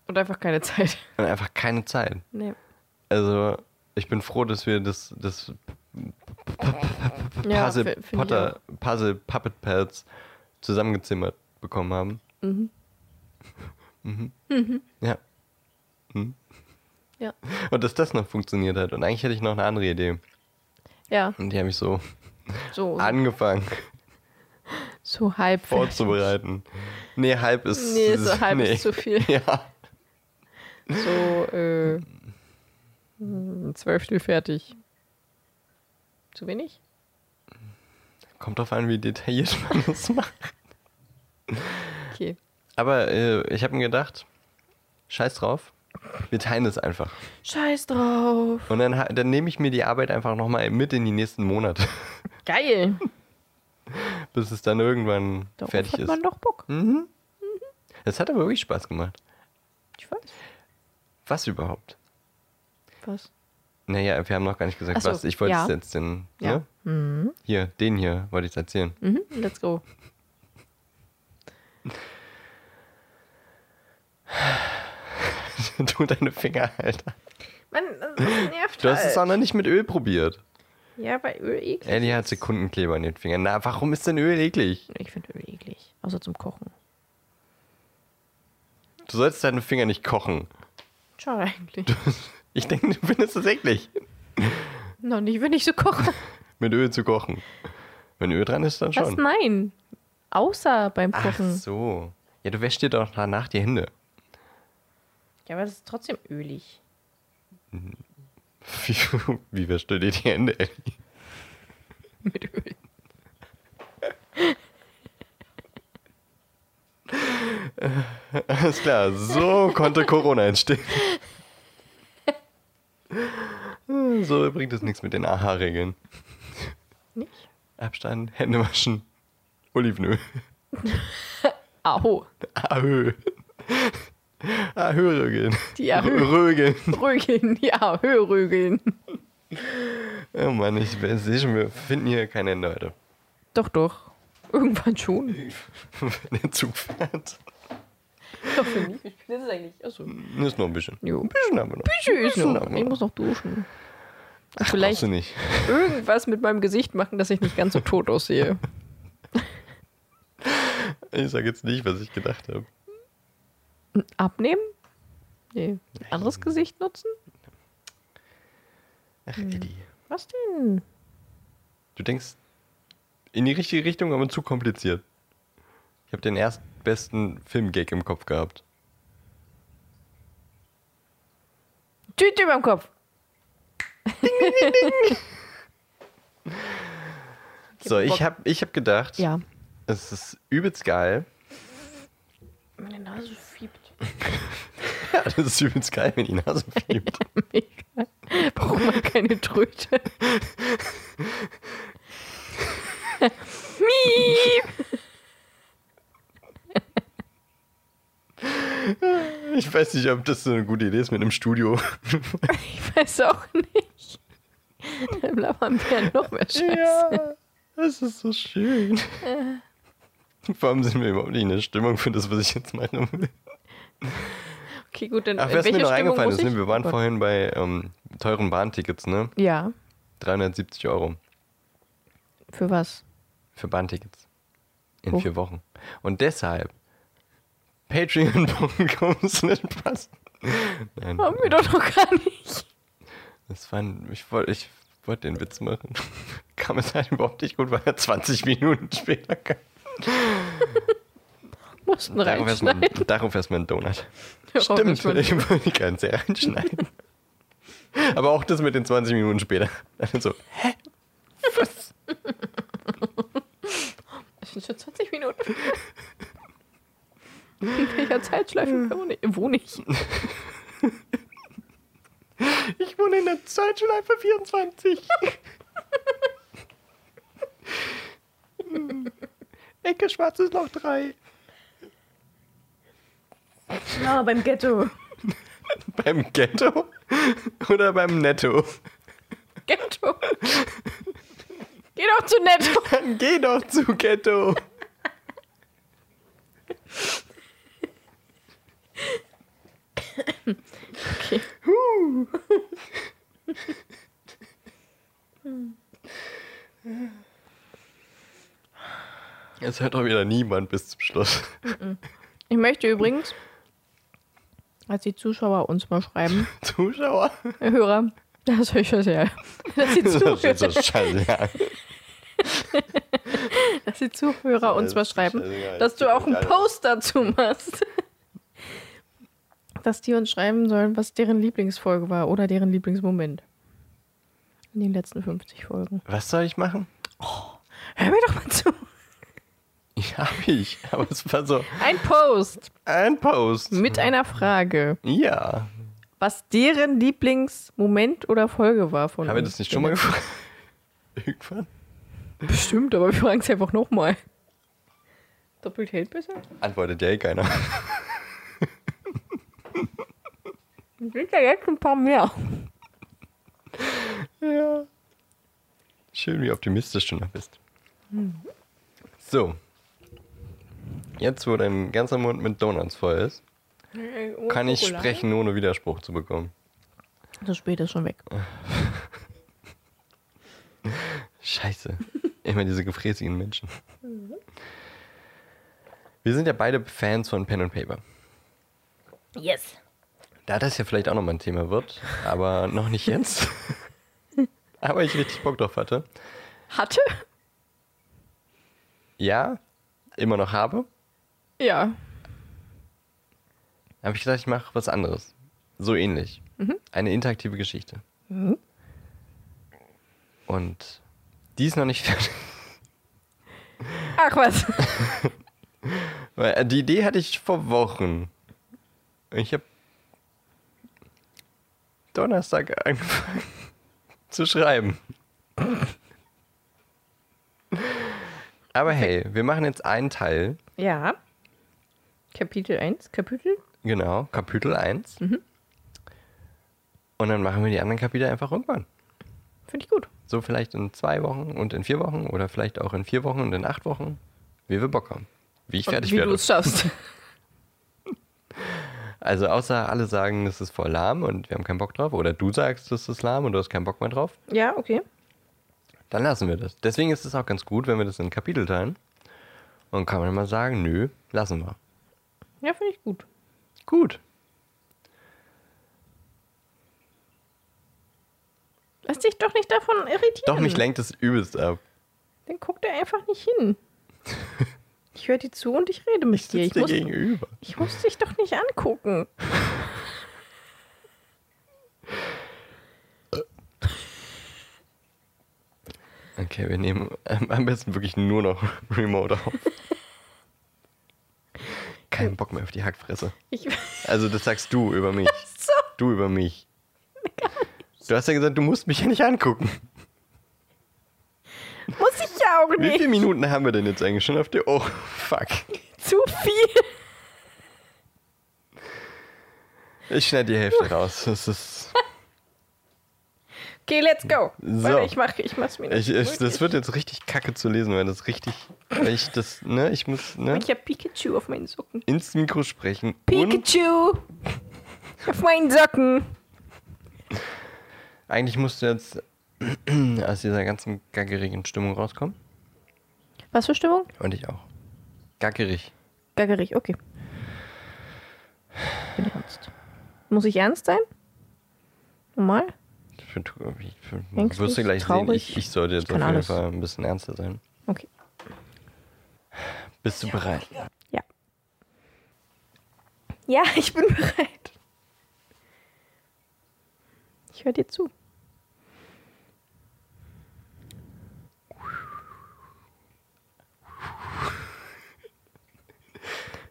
Speaker 5: Und einfach keine Zeit.
Speaker 2: und einfach keine Zeit.
Speaker 5: Nee.
Speaker 2: Also, ich bin froh, dass wir das, das
Speaker 5: Ja,
Speaker 2: Puzzle,
Speaker 5: fi- find ich
Speaker 2: Potter, Puzzle Puppet Pads zusammengezimmert bekommen haben. Mhm.
Speaker 5: Mhm.
Speaker 2: Ja. Mhm.
Speaker 5: Ja.
Speaker 2: Und dass das noch funktioniert hat. Und eigentlich hätte ich noch eine andere Idee.
Speaker 5: Ja,
Speaker 2: Und die habe ich so
Speaker 5: so.
Speaker 2: angefangen
Speaker 5: so halb.
Speaker 2: vorzubereiten. Nee, halb ist.
Speaker 5: Nee, so halb ist zu viel.
Speaker 2: Ja.
Speaker 5: So, äh. mh, Zwölftel fertig. Zu wenig?
Speaker 2: Kommt drauf an, wie detailliert man das macht.
Speaker 5: Okay.
Speaker 2: Aber äh, ich habe mir gedacht, scheiß drauf. Wir teilen es einfach.
Speaker 5: Scheiß drauf.
Speaker 2: Und dann, ha- dann nehme ich mir die Arbeit einfach nochmal mit in die nächsten Monate,
Speaker 5: Geil.
Speaker 2: bis es dann irgendwann
Speaker 5: Darauf
Speaker 2: fertig
Speaker 5: hat
Speaker 2: ist. Hm?
Speaker 5: man doch Bock.
Speaker 2: Es hat aber wirklich Spaß gemacht.
Speaker 5: Ich weiß.
Speaker 2: Was überhaupt?
Speaker 5: Was?
Speaker 2: Naja, wir haben noch gar nicht gesagt,
Speaker 5: Ach so,
Speaker 2: was. Ich wollte
Speaker 5: ja.
Speaker 2: es jetzt den.
Speaker 5: Ja.
Speaker 2: Ne? Hier, den hier wollte ich es erzählen.
Speaker 5: Mhm. Let's go.
Speaker 2: tu deine Finger, Alter.
Speaker 5: Mann, das nervt halt.
Speaker 2: Du hast es auch noch nicht mit Öl probiert.
Speaker 5: Ja, bei Öl eklig.
Speaker 2: Ellie hat Sekundenkleber an den Fingern. Na, warum ist denn Öl eklig?
Speaker 5: Ich finde Öl eklig. Außer zum Kochen.
Speaker 2: Du sollst deine Finger nicht kochen.
Speaker 5: Schade eigentlich.
Speaker 2: Ich denke, du findest es eklig,
Speaker 5: Noch nicht, wenn ich so koche.
Speaker 2: mit Öl zu kochen. Wenn Öl dran ist, dann
Speaker 5: Was?
Speaker 2: schon.
Speaker 5: Nein. Außer beim
Speaker 2: Ach
Speaker 5: Kochen.
Speaker 2: so. Ja, du wäschst dir doch danach die Hände.
Speaker 5: Ja, aber das ist trotzdem ölig.
Speaker 2: Wie, wie wäschst du dir die Hände, Ellie?
Speaker 5: Mit Öl.
Speaker 2: Alles klar, so konnte Corona entstehen. So bringt es nichts mit den AHA-Regeln.
Speaker 5: Nicht?
Speaker 2: Abstand, Hände waschen, Olivenöl.
Speaker 5: Aho.
Speaker 2: Ahö. Ahö-Rögeln.
Speaker 5: Die Ahö.
Speaker 2: Rögeln.
Speaker 5: Rögeln. Ja, Höhrögeln.
Speaker 2: Oh Mann, ich sehe schon, wir finden hier kein Ende heute.
Speaker 5: Doch, doch. Irgendwann schon.
Speaker 2: Wenn der Zug fährt.
Speaker 5: Doch, für mich. Wie spät ist es eigentlich? Achso.
Speaker 2: Ist noch ein bisschen.
Speaker 5: Jo.
Speaker 2: Ein bisschen haben wir noch.
Speaker 5: Tschüss.
Speaker 2: Bisschen haben wir
Speaker 5: Ich
Speaker 2: noch.
Speaker 5: muss noch duschen.
Speaker 2: Brauchst
Speaker 5: Vielleicht
Speaker 2: du nicht.
Speaker 5: irgendwas mit meinem Gesicht machen, dass ich nicht ganz so tot aussehe.
Speaker 2: Ich sag jetzt nicht, was ich gedacht habe.
Speaker 5: Abnehmen? Nee. Ein anderes Gesicht nutzen?
Speaker 2: Ach,
Speaker 5: Hm.
Speaker 2: Eddie.
Speaker 5: Was denn?
Speaker 2: Du denkst in die richtige Richtung, aber zu kompliziert. Ich habe den erstbesten Filmgag im Kopf gehabt.
Speaker 5: Tüte über dem Kopf.
Speaker 2: So, ich habe ich hab gedacht,
Speaker 5: Ja.
Speaker 2: es ist übelst geil.
Speaker 5: Meine Nase fiebt.
Speaker 2: Ja, das ist übelst geil, wenn die Nase fiebt.
Speaker 5: Mega. Braucht man keine Tröte. Miep.
Speaker 2: Ich weiß nicht, ob das so eine gute Idee ist mit einem Studio.
Speaker 5: Ich weiß auch nicht. Dann labern wir ja noch mehr Scheiße.
Speaker 2: Ja, das ist so schön. Vor allem sind wir überhaupt nicht in der Stimmung für das, was ich jetzt meine.
Speaker 5: Okay, gut, dann
Speaker 2: Ach,
Speaker 5: in
Speaker 2: was mir
Speaker 5: welcher
Speaker 2: noch
Speaker 5: Stimmung
Speaker 2: eingefallen
Speaker 5: muss
Speaker 2: ist,
Speaker 5: ich?
Speaker 2: ne? wir waren
Speaker 5: Oh Gott.
Speaker 2: vorhin bei ähm, teuren Bahntickets, ne?
Speaker 5: Ja,
Speaker 2: 370 Euro
Speaker 5: für was?
Speaker 2: für Bahntickets. In
Speaker 5: Oh.
Speaker 2: vier Wochen. Und deshalb patreon.com slash Bass- Nein,
Speaker 5: Haben wir doch noch gar nicht.
Speaker 2: das war ein, ich wollte ich wollte den Witz machen. kam es halt überhaupt nicht gut, weil er 20 Minuten später kam.
Speaker 5: Mussten
Speaker 2: Darauf erstmal,
Speaker 5: reinschneiden.
Speaker 2: darauf erstmal einen Donut.
Speaker 5: Darauf
Speaker 2: Stimmt, ich
Speaker 5: erstmal-
Speaker 2: wollte die ganze reinschneiden. Aber auch das mit den 20 Minuten später. Dann so, hä? Was?
Speaker 5: Das sind schon 20 Minuten. In welcher Zeitschleife wohne ich? Wohne ich?
Speaker 2: Ich wohne in der Zeitschleife 24. Hm. Ecke schwarzes Loch 3.
Speaker 5: Ja, beim Ghetto.
Speaker 2: Beim Ghetto oder beim Netto?
Speaker 5: Ghetto. Geh doch zu Netto.
Speaker 2: Dann geh doch zu Ghetto.
Speaker 5: Okay.
Speaker 2: Jetzt hört doch wieder niemand bis zum Schluss.
Speaker 5: Ich möchte übrigens, als die Zuschauer uns mal schreiben,
Speaker 2: Zuschauer?
Speaker 5: äh, Hörer, das höre ich schon sehr, dass die
Speaker 2: Das ist
Speaker 5: Zuhörer,
Speaker 2: so scheiße. Ja.
Speaker 5: dass die Zuhörer uns mal schreiben,
Speaker 2: Scheißegal,
Speaker 5: dass du auch einen
Speaker 2: scheißegal.
Speaker 5: Post dazu machst. Dass die uns schreiben sollen, was deren Lieblingsfolge war oder deren Lieblingsmoment. In den letzten 50 Folgen.
Speaker 2: Was soll ich machen?
Speaker 5: Hör mir doch mal zu.
Speaker 2: Ja, hab ich. Aber es war so
Speaker 5: Ein Post
Speaker 2: ein Post.
Speaker 5: mit einer Frage,
Speaker 2: Ja.
Speaker 5: was deren Lieblingsmoment oder Folge war von
Speaker 2: Haben wir
Speaker 5: uns.
Speaker 2: das nicht schon mal gefragt? Irgendwann?
Speaker 5: Bestimmt, aber wir fragen es einfach nochmal. Doppelt hält besser?
Speaker 2: Antwortet ja eh keiner.
Speaker 5: Sind ja jetzt ein paar mehr.
Speaker 2: Ja. Schön, wie optimistisch du noch bist.
Speaker 5: Hm.
Speaker 2: So. Jetzt, wo dein ganzer Mund mit Donuts voll ist, kann ich sprechen, ohne Widerspruch zu bekommen.
Speaker 5: So spät ist schon weg.
Speaker 2: Scheiße. Immer diese gefräßigen Menschen.
Speaker 5: Mhm.
Speaker 2: Wir sind ja beide Fans von Pen and Paper.
Speaker 3: Yes.
Speaker 2: Da das ja vielleicht auch nochmal ein Thema wird, aber noch nicht jetzt. aber ich richtig Bock drauf hatte.
Speaker 5: Hatte?
Speaker 2: Ja, immer noch habe.
Speaker 5: Ja.
Speaker 2: habe ich gedacht, ich mache was anderes. So ähnlich. Eine interaktive Geschichte. Und die ist noch nicht fertig.
Speaker 5: Ach was.
Speaker 2: Weil, äh, Die Idee hatte ich vor Wochen. Ich habe Donnerstag angefangen zu schreiben. Aber hey, wir machen jetzt einen Teil.
Speaker 5: Ja. Kapitel 1, Kapitel?
Speaker 2: Genau, Kapitel 1. Und dann machen wir die anderen Kapitel einfach irgendwann.
Speaker 5: Finde ich gut.
Speaker 2: So vielleicht in zwei Wochen und in vier Wochen oder vielleicht auch in vier Wochen und in acht Wochen, wie wir Bock haben. Wie ich fertig
Speaker 5: Wie du
Speaker 2: werde.
Speaker 5: es schaffst.
Speaker 2: Also außer alle sagen, das ist voll lahm und wir haben keinen Bock drauf. Oder du sagst, das ist lahm und du hast keinen Bock mehr drauf.
Speaker 5: Ja, okay.
Speaker 2: Dann lassen wir das. Deswegen ist es auch ganz gut, wenn wir das in Kapitel teilen. Und kann man immer sagen, nö, lassen wir.
Speaker 5: Ja, finde ich gut.
Speaker 2: Gut.
Speaker 5: Lass dich doch nicht davon irritieren.
Speaker 2: Doch, mich lenkt es übelst ab.
Speaker 5: Dann guck da einfach nicht hin. Ich höre dir zu und ich rede mit
Speaker 2: Ich
Speaker 5: dir.
Speaker 2: sitze
Speaker 5: Ich
Speaker 2: dir
Speaker 5: muss,
Speaker 2: gegenüber.
Speaker 5: ich muss dich doch nicht angucken.
Speaker 2: Okay, wir nehmen ähm, am besten wirklich nur noch Remote auf. Keinen Bock mehr auf die Hackfresse.
Speaker 5: Ich,
Speaker 2: Also das sagst du über mich.
Speaker 5: so,
Speaker 2: Du über mich. Du hast ja gesagt, du musst mich ja nicht angucken.
Speaker 5: muss ich ja auch
Speaker 2: Wie
Speaker 5: nicht.
Speaker 2: viele Minuten haben wir denn jetzt eigentlich schon auf der Oh, fuck.
Speaker 5: Zu viel.
Speaker 2: Ich schneide die Hälfte raus. Das ist,
Speaker 5: Okay, let's go.
Speaker 2: So.
Speaker 5: Warte, ich mach, ich mach's mir
Speaker 2: ich, ich, das
Speaker 5: möglich.
Speaker 2: wird jetzt richtig kacke zu lesen, weil das richtig... Weil ich das, ne, ich muss, ne,
Speaker 5: Ich hab Pikachu auf meinen Socken.
Speaker 2: ins Mikro sprechen. Und
Speaker 5: Pikachu! auf meinen Socken!
Speaker 2: eigentlich musst du jetzt aus dieser ganzen gaggerigen Stimmung rauskommen.
Speaker 5: Was für Stimmung?
Speaker 2: Und ich auch. Gackerig.
Speaker 5: Gaggerig, okay. Bin ernst. Muss ich ernst sein? Normal?
Speaker 2: Ich bin, ich bin,
Speaker 5: Denkst
Speaker 2: wirst du
Speaker 5: nicht
Speaker 2: gleich sehen,
Speaker 5: traurig?
Speaker 2: ich, ich sollte jetzt
Speaker 5: kann
Speaker 2: auf jeden
Speaker 5: alles.
Speaker 2: Fall ein bisschen ernster sein.
Speaker 5: Okay.
Speaker 2: Bist du bereit?
Speaker 5: Ja. Ja, ich bin bereit. Ich höre dir zu.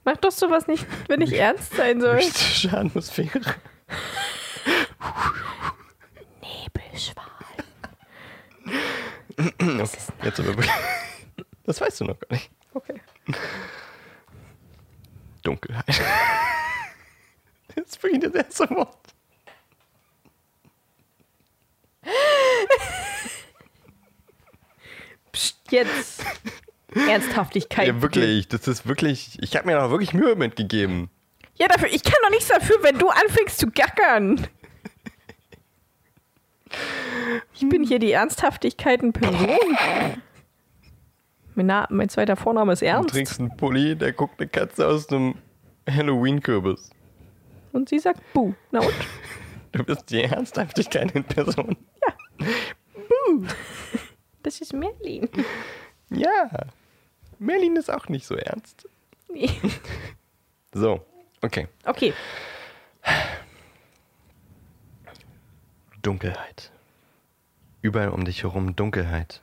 Speaker 5: Mach doch sowas nicht, wenn ich ernst sein soll.
Speaker 2: Mystische Atmosphäre.
Speaker 5: Nebelschwarz.
Speaker 2: Okay, jetzt aber wirklich. Das weißt du noch gar nicht.
Speaker 5: Okay.
Speaker 2: Dunkelheit. Jetzt beginnt das erste Wort.
Speaker 5: Psst, jetzt. Ernsthaftigkeit.
Speaker 2: Ja, wirklich. Das ist wirklich. Ich habe mir da wirklich Mühe mitgegeben.
Speaker 5: Ja, dafür, ich kann doch nichts dafür, wenn du anfängst zu gackern. Ich bin hier die Ernsthaftigkeit in Person. Mein, Na mein zweiter Vorname ist
Speaker 2: Du
Speaker 5: Ernst.
Speaker 2: trinkst einen Pulli, der guckt eine Katze aus einem Halloween-Kürbis.
Speaker 5: Und sie sagt Bu. Na und?
Speaker 2: Du bist die Ernsthaftigkeit in Person.
Speaker 5: Das ist Merlin.
Speaker 2: Ja. Merlin ist auch nicht so ernst.
Speaker 5: Nee.
Speaker 2: So, okay.
Speaker 5: Okay.
Speaker 2: Dunkelheit. Überall um dich herum Dunkelheit.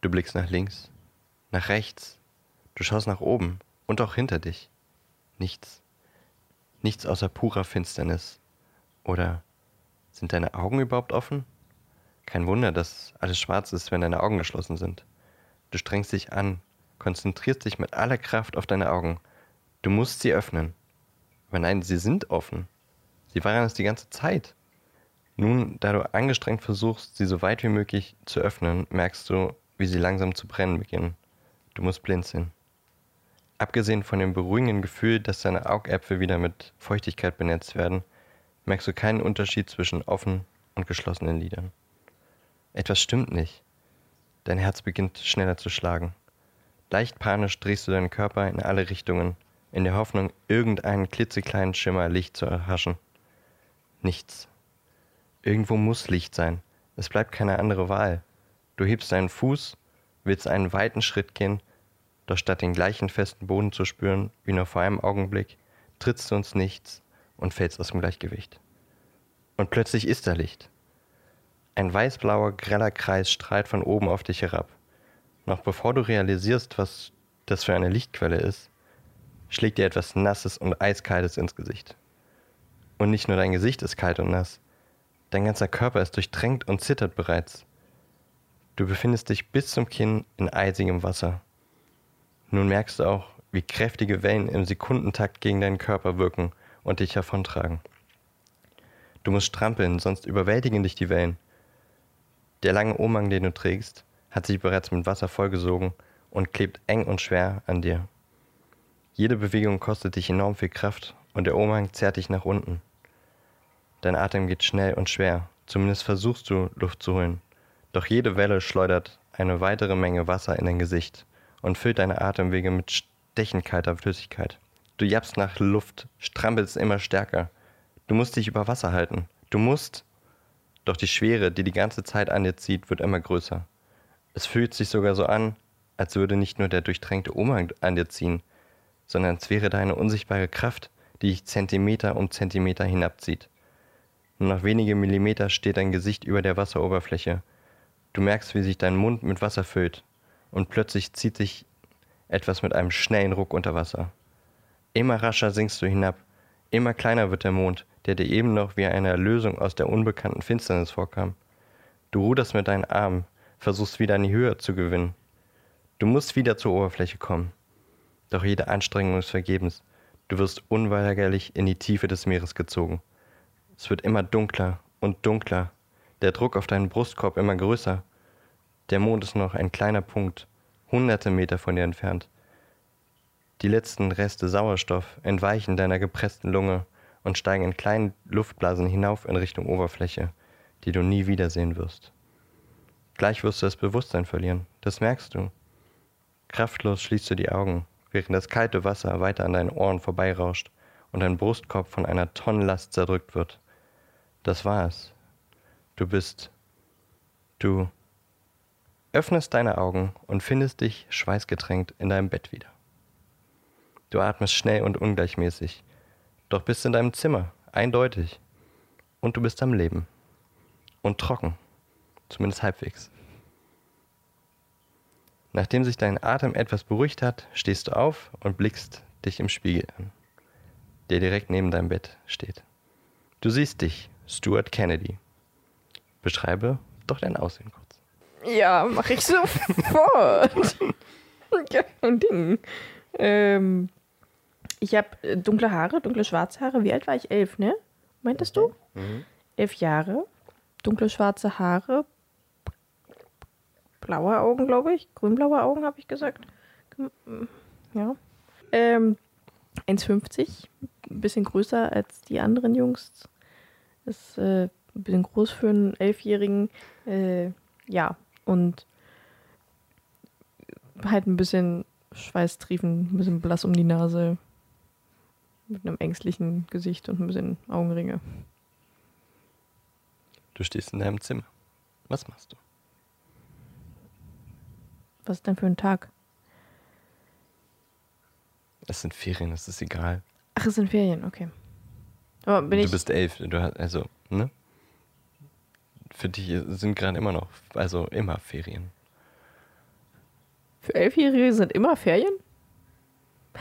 Speaker 2: Du blickst nach links, nach rechts. Du schaust nach oben und auch hinter dich. Nichts. Nichts außer purer Finsternis. Oder sind deine Augen überhaupt offen? Kein Wunder, dass alles schwarz ist, wenn deine Augen geschlossen sind. Du strengst dich an, konzentrierst dich mit aller Kraft auf deine Augen. Du musst sie öffnen. Aber nein, sie sind offen. Sie waren es die ganze Zeit. Nun, da du angestrengt versuchst, sie so weit wie möglich zu öffnen, merkst du, wie sie langsam zu brennen beginnen. Du musst blinzeln. Abgesehen von dem beruhigenden Gefühl, dass deine Augäpfel wieder mit Feuchtigkeit benetzt werden, merkst du keinen Unterschied zwischen offen und geschlossenen Lidern. Etwas stimmt nicht. Dein Herz beginnt schneller zu schlagen. Leicht panisch drehst du deinen Körper in alle Richtungen, in der Hoffnung, irgendeinen klitzekleinen Schimmer Licht zu erhaschen. Nichts. Irgendwo muss Licht sein. Es bleibt keine andere Wahl. Du hebst deinen Fuß, willst einen weiten Schritt gehen, doch statt den gleichen festen Boden zu spüren wie nur vor einem Augenblick, trittst du uns nichts und fällst aus dem Gleichgewicht. Und plötzlich ist da Licht. Ein weißblauer, greller Kreis strahlt von oben auf dich herab. Noch bevor du realisierst, was das für eine Lichtquelle ist, schlägt dir etwas Nasses und Eiskaltes ins Gesicht. Und nicht nur dein Gesicht ist kalt und nass, Dein ganzer Körper ist durchtränkt und zittert bereits. Du befindest dich bis zum Kinn in eisigem Wasser. Nun merkst du auch, wie kräftige Wellen im Sekundentakt gegen deinen Körper wirken und dich davontragen. Du musst strampeln, sonst überwältigen dich die Wellen. Der lange Umhang, den du trägst, hat sich bereits mit Wasser vollgesogen und klebt eng und schwer an dir. Jede Bewegung kostet dich enorm viel Kraft und der Umhang zerrt dich nach unten. Dein Atem geht schnell und schwer. Zumindest versuchst du, Luft zu holen. Doch jede Welle schleudert eine weitere Menge Wasser in dein Gesicht und füllt deine Atemwege mit stechend kalter Flüssigkeit. Du jappst nach Luft, strampelst immer stärker. Du musst dich über Wasser halten. Du musst. Doch die Schwere, die die ganze Zeit an dir zieht, wird immer größer. Es fühlt sich sogar so an, als würde nicht nur der durchtränkte Umhang an dir ziehen, sondern als wäre da eine unsichtbare Kraft, die dich Zentimeter um Zentimeter hinabzieht. Nur noch wenige Millimeter steht dein Gesicht über der Wasseroberfläche. Du merkst, wie sich dein Mund mit Wasser füllt und plötzlich zieht dich etwas mit einem schnellen Ruck unter Wasser. Immer rascher sinkst du hinab, immer kleiner wird der Mond, der dir eben noch wie eine Erlösung aus der unbekannten Finsternis vorkam. Du ruderst mit deinen Armen, versuchst wieder an die Höhe zu gewinnen. Du musst wieder zur Oberfläche kommen. Doch jede Anstrengung ist vergebens. Du wirst unweigerlich in die Tiefe des Meeres gezogen. Es wird immer dunkler und dunkler, der Druck auf deinen Brustkorb immer größer. Der Mond ist noch ein kleiner Punkt, hunderte Meter von dir entfernt. Die letzten Reste Sauerstoff entweichen deiner gepressten Lunge und steigen in kleinen Luftblasen hinauf in Richtung Oberfläche, die du nie wiedersehen wirst. Gleich wirst du das Bewusstsein verlieren, das merkst du. Kraftlos schließt du die Augen, während das kalte Wasser weiter an deinen Ohren vorbeirauscht und dein Brustkorb von einer Tonnenlast zerdrückt wird. Das war es. Du bist. Du öffnest deine Augen und findest dich schweißgetränkt in deinem Bett wieder. Du atmest schnell und ungleichmäßig, doch bist in deinem Zimmer, eindeutig. Und du bist am Leben. Und trocken, zumindest halbwegs. Nachdem sich dein Atem etwas beruhigt hat, stehst du auf und blickst dich im Spiegel an, der direkt neben deinem Bett steht. Du siehst dich, Stuart Kennedy. Beschreibe doch dein Aussehen kurz.
Speaker 5: Ja, mache ich sofort. ja, ein Ding. Ähm, ich habe dunkle Haare, dunkle schwarze Haare. Wie alt war ich? Elf, ne? Meintest du? Elf Jahre. Dunkle schwarze Haare. Blaue Augen, glaube ich. Grünblaue Augen, habe ich gesagt. Gem- Ja. Ähm, 1,50. Ein bisschen größer als die anderen Jungs. Ist äh, ein bisschen groß für einen Elfjährigen. Äh, ja, und halt ein bisschen Schweißtriefen, ein bisschen blass um die Nase, mit einem ängstlichen Gesicht und ein bisschen Augenringe.
Speaker 2: Du stehst in deinem Zimmer. Was machst du?
Speaker 5: Was ist denn für ein Tag?
Speaker 2: Es sind Ferien, es ist egal.
Speaker 5: Ach, es sind Ferien, okay. Aber bin
Speaker 2: du
Speaker 5: ich.
Speaker 2: bist elf, du hast, also, ne? Für dich sind gerade immer noch, also immer Ferien.
Speaker 5: Für Elfjährige sind immer Ferien?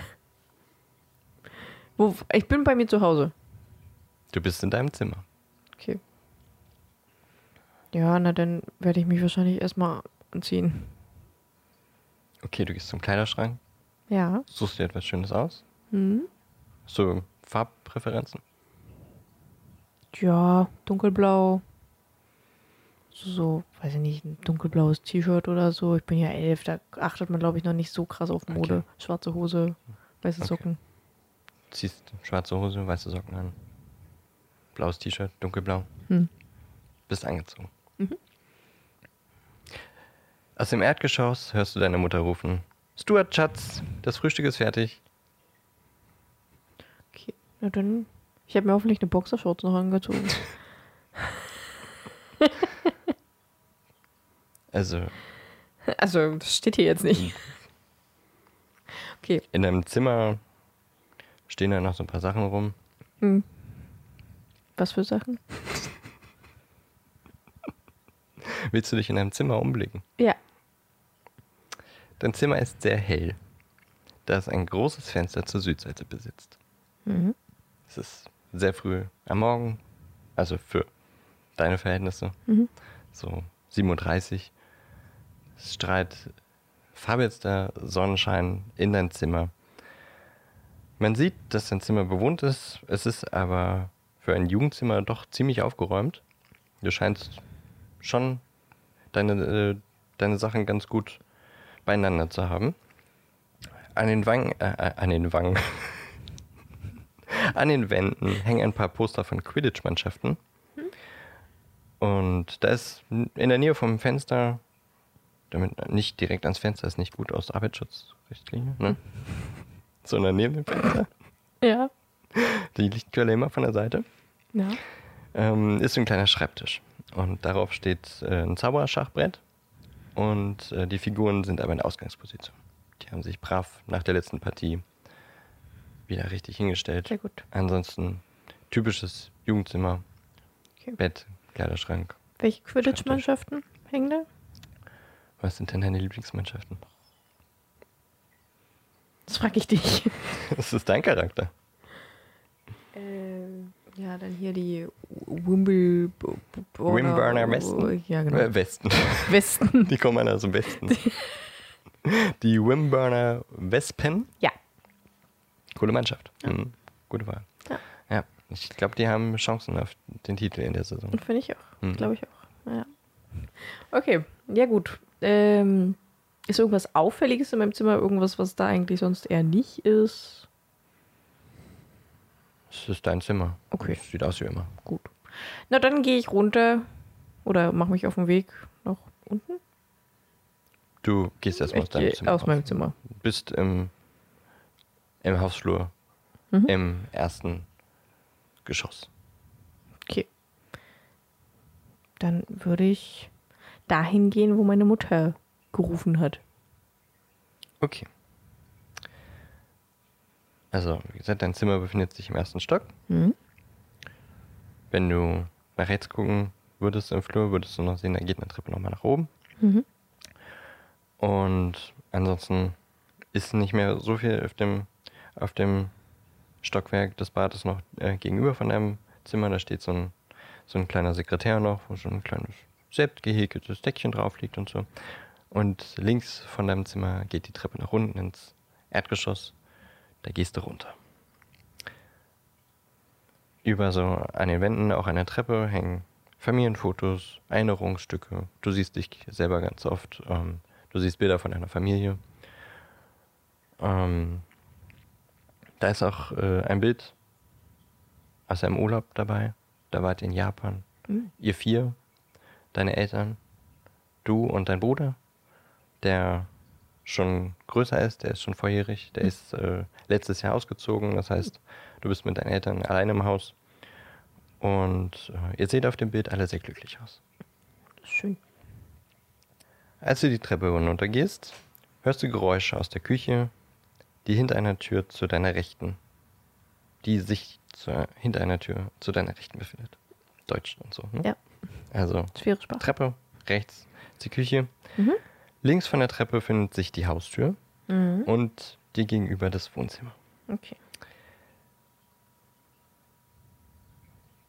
Speaker 5: Wo, ich bin bei mir zu Hause.
Speaker 2: Du bist in deinem Zimmer.
Speaker 5: Okay. Ja, na dann werde ich mich wahrscheinlich erstmal anziehen.
Speaker 2: Okay, du gehst zum Kleiderschrank,
Speaker 5: Ja.
Speaker 2: suchst dir etwas Schönes aus.
Speaker 5: Hm.
Speaker 2: Hast du Farbpräferenzen?
Speaker 5: Ja, dunkelblau. So, so, weiß ich nicht, ein dunkelblaues T-Shirt oder so. Ich bin ja elf, da achtet man, glaube ich, noch nicht so krass auf Mode.
Speaker 2: Okay.
Speaker 5: Schwarze Hose, weiße
Speaker 2: Okay.
Speaker 5: Socken.
Speaker 2: Ziehst schwarze Hose, weiße Socken an. Blaues T-Shirt, dunkelblau.
Speaker 5: Hm.
Speaker 2: Bist angezogen. Aus dem Erdgeschoss hörst du deine Mutter rufen. Stuart, Schatz, das Frühstück ist fertig.
Speaker 5: Okay, na dann. Ich habe mir hoffentlich eine Boxershorts noch angezogen.
Speaker 2: Also,
Speaker 5: also, das steht hier jetzt
Speaker 2: Mhm.
Speaker 5: nicht. Okay,
Speaker 2: in deinem Zimmer stehen da noch so ein paar Sachen rum.
Speaker 5: was für Sachen?
Speaker 2: Willst du dich in deinem Zimmer umblicken?
Speaker 5: Ja.
Speaker 2: Dein Zimmer ist sehr hell, da es ein großes Fenster zur Südseite besitzt.
Speaker 5: Mhm.
Speaker 2: Es ist sehr früh am Morgen, also für deine Verhältnisse,
Speaker 5: Mhm.
Speaker 2: so 37. Es strahlt farbigster Sonnenschein in dein Zimmer. Man sieht, dass dein Zimmer bewohnt ist. Es ist aber für ein Jugendzimmer doch ziemlich aufgeräumt. Du scheinst schon deine, äh, deine Sachen ganz gut beieinander zu haben. An den Wangen, äh, äh, an den Wangen, An den Wänden hängen ein paar Poster von Quidditch-Mannschaften. Und da ist n- in der Nähe vom Fenster, damit nicht direkt ans Fenster, ist nicht gut aus Arbeitsschutzrichtlinie, ne? sondern neben dem Fenster,
Speaker 5: Ja.
Speaker 2: die Lichtquelle immer von der Seite,
Speaker 5: ja.
Speaker 2: ähm, ist so ein kleiner Schreibtisch. Und darauf steht äh, ein Zauberschachbrett. Und äh, die Figuren sind aber in der Ausgangsposition. Die haben sich brav nach der letzten Partie wieder richtig hingestellt.
Speaker 5: Sehr gut.
Speaker 2: Ansonsten typisches Jugendzimmer,
Speaker 5: Okay.
Speaker 2: Bett, Kleiderschrank.
Speaker 5: Welche Quidditch-Mannschaften hängen da?
Speaker 2: Was sind denn deine Lieblingsmannschaften?
Speaker 5: Das frage ich dich.
Speaker 2: Das ist dein Charakter.
Speaker 5: Ähm, ja, dann hier die Wimble...
Speaker 2: Wimburner Westen.
Speaker 5: Ja,
Speaker 2: Äh,
Speaker 5: genau.
Speaker 2: Westen.
Speaker 5: Westen.
Speaker 2: Die kommen alle aus dem Westen. Die Wimburner Wespen.
Speaker 5: Ja.
Speaker 2: Coole Mannschaft. Mhm. Gute Wahl.
Speaker 5: Ja.
Speaker 2: Ja, ich glaube, die haben Chancen auf den Titel in der Saison.
Speaker 5: Finde ich auch.
Speaker 2: Mhm.
Speaker 5: Glaube ich auch. Ja. Okay, ja gut. Ähm, ist irgendwas Auffälliges in meinem Zimmer? Irgendwas, was da eigentlich sonst eher nicht ist?
Speaker 2: Es ist dein Zimmer.
Speaker 5: Okay.
Speaker 2: Es sieht aus wie immer.
Speaker 5: Gut. Na, dann gehe ich runter oder mache mich auf den Weg nach unten.
Speaker 2: Du gehst erstmal aus
Speaker 5: Ich
Speaker 2: deinem
Speaker 5: gehe
Speaker 2: Zimmer.
Speaker 5: aus
Speaker 2: raus.
Speaker 5: meinem Zimmer.
Speaker 2: bist im, im Hausflur,
Speaker 5: Mhm.
Speaker 2: im ersten Geschoss.
Speaker 5: Okay. Dann würde ich dahin gehen, wo meine Mutter gerufen hat.
Speaker 2: Okay. Also, wie gesagt, dein Zimmer befindet sich im ersten Stock.
Speaker 5: Mhm.
Speaker 2: Wenn du nach rechts gucken würdest im Flur, würdest du noch sehen, da geht eine Treppe nochmal nach oben. Und ansonsten ist nicht mehr so viel auf dem, auf dem Stockwerk des Bades noch äh, gegenüber von deinem Zimmer. Da steht so ein, so ein kleiner Sekretär noch, wo so ein kleines selbst gehäkeltes Deckchen drauf liegt und so. Und links von deinem Zimmer geht die Treppe nach unten ins Erdgeschoss. Da gehst du runter. Über so an den Wänden, auch an der Treppe, hängen Familienfotos, Erinnerungsstücke. Du siehst dich selber ganz oft. Ähm, du siehst Bilder von deiner Familie. Ähm, da ist auch äh, ein Bild aus einem Urlaub dabei. Da wart ihr in Japan. Ihr vier, deine Eltern, du und dein Bruder, der schon größer ist, der ist schon volljährig, der ist äh, letztes Jahr ausgezogen. Das heißt, du bist mit deinen Eltern allein im Haus. Und äh, ihr seht auf dem Bild alle sehr glücklich aus.
Speaker 5: Schön.
Speaker 2: Als du die Treppe hinuntergehst, hörst du Geräusche aus der Küche, die hinter einer Tür zu deiner Rechten, die sich zu, äh, hinter einer Tür zu deiner Rechten befindet. Deutsch und so. Ne?
Speaker 5: Ja.
Speaker 2: Also
Speaker 5: Schwere Sprache.
Speaker 2: Treppe, rechts ist die Küche. Links von der Treppe findet sich die Haustür und dir gegenüber das Wohnzimmer.
Speaker 5: Okay.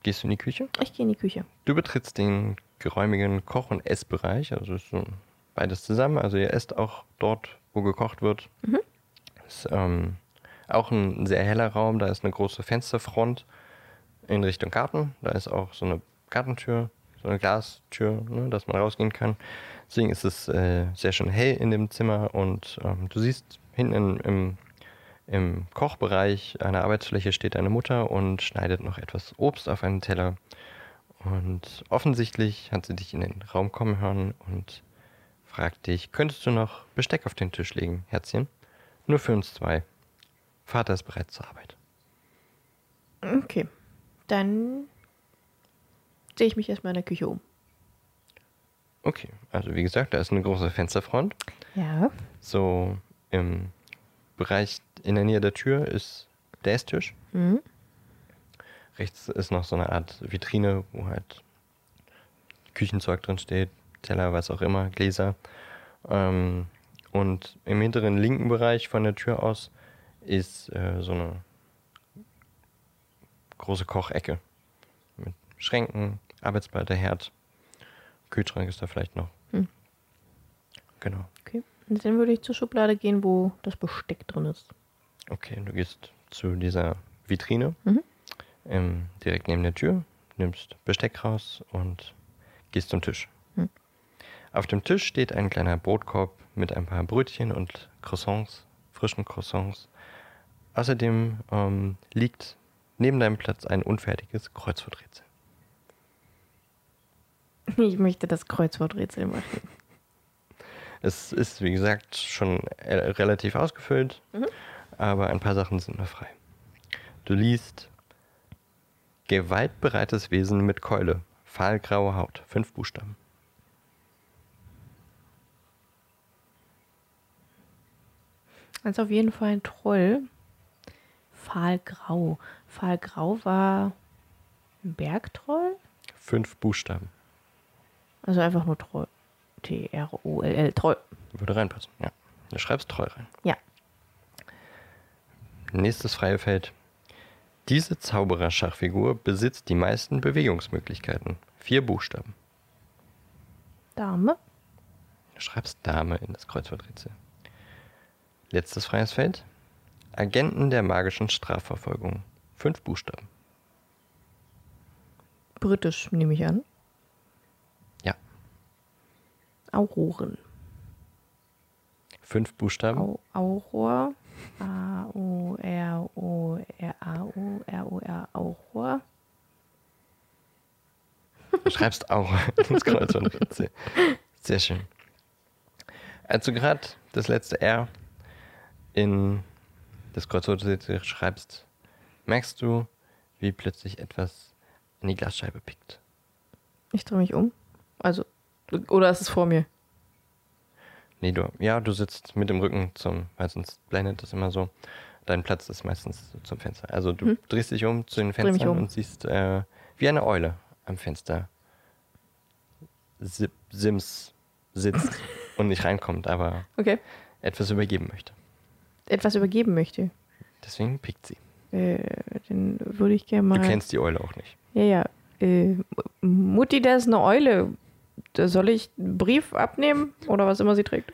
Speaker 2: Gehst du in die Küche?
Speaker 5: Ich gehe in die Küche.
Speaker 2: Du betrittst den geräumigen Koch- und Essbereich, also ist so beides zusammen. Also ihr esst auch dort, wo gekocht wird. Ist ähm, auch ein sehr heller Raum, da ist eine große Fensterfront in Richtung Garten. Da ist auch so eine Gartentür, so eine Glastür, ne, dass man rausgehen kann. Deswegen ist es äh, sehr schön hell in dem Zimmer und ähm, du siehst hinten in, im, im Kochbereich einer Arbeitsfläche steht deine Mutter und schneidet noch etwas Obst auf einen Teller. Und offensichtlich hat sie dich in den Raum kommen hören und fragt dich, könntest du noch Besteck auf den Tisch legen, Herzchen? Nur für uns zwei. Vater ist bereits zur Arbeit.
Speaker 5: Okay. Dann sehe ich mich erstmal in der Küche um.
Speaker 2: Okay, also wie gesagt, da ist eine große Fensterfront.
Speaker 5: Ja.
Speaker 2: So im Bereich in der Nähe der Tür ist der Esstisch. Rechts ist noch so eine Art Vitrine, wo halt Küchenzeug drin steht, Teller, was auch immer, Gläser. Ähm, und im hinteren linken Bereich von der Tür aus ist äh, so eine große Kochecke mit Schränken, Arbeitsbreite, Herd. Kühlschrank ist da vielleicht noch. Genau.
Speaker 5: Okay. Und dann würde ich zur Schublade gehen, wo das Besteck drin ist.
Speaker 2: Okay, du gehst zu dieser Vitrine ähm, direkt neben der Tür, nimmst Besteck raus und gehst zum Tisch. Auf dem Tisch steht ein kleiner Brotkorb mit ein paar Brötchen und Croissants, frischen Croissants. Außerdem ähm, liegt neben deinem Platz ein unfertiges Kreuzworträtsel.
Speaker 5: Ich möchte das Kreuzworträtsel machen.
Speaker 2: Es ist, wie gesagt, schon äh, relativ ausgefüllt, aber ein paar Sachen sind noch frei. Du liest Gewaltbereites Wesen mit Keule, fahlgraue Haut, fünf Buchstaben.
Speaker 5: Das ist auf jeden Fall ein Troll. Fahlgrau. Fahlgrau war ein Bergtroll?
Speaker 2: Fünf Buchstaben.
Speaker 5: Also einfach nur Troll. T-R-O-L-L. Troll.
Speaker 2: Würde reinpassen, ja. Du schreibst treu rein.
Speaker 5: Ja.
Speaker 2: Nächstes freie Feld. Diese Zauberer-Schachfigur besitzt die meisten Bewegungsmöglichkeiten. Vier Buchstaben.
Speaker 5: Dame.
Speaker 2: Du schreibst Dame in das Kreuzworträtsel. Letztes freies Feld. Agenten der magischen Strafverfolgung. Fünf Buchstaben.
Speaker 5: Britisch, nehme ich an.
Speaker 2: Ja.
Speaker 5: Auroren.
Speaker 2: Fünf Buchstaben.
Speaker 5: Au Auror. A-O-R-O-R-A-O-R-O-R. Auror.
Speaker 2: Du schreibst auch ins Kreuzworträtsel. Sehr schön. Als du gerade das letzte R in das Kreuzworträtsel schreibst, merkst du, wie plötzlich etwas in die Glasscheibe pickt.
Speaker 5: Ich drehe mich um. Also, oder ist es vor mir?
Speaker 2: Nee, du, ja, du sitzt mit dem Rücken zum, weil sonst blendet das immer so. Dein Platz ist meistens so zum Fenster. Also du drehst dich um zu den
Speaker 5: Mhm. mich
Speaker 2: Fenstern
Speaker 5: um.
Speaker 2: und siehst äh, wie eine Eule am Fenster Sip, Sims sitzt und nicht reinkommt, aber
Speaker 5: Okay.
Speaker 2: etwas übergeben möchte.
Speaker 5: Etwas übergeben möchte.
Speaker 2: Deswegen pickt sie.
Speaker 5: Äh, dann würde ich gerne mal.
Speaker 2: Du kennst die Eule auch nicht.
Speaker 5: Ja, ja. Äh, Mutti, da ist eine Eule. Da soll ich einen Brief abnehmen oder was immer sie trägt?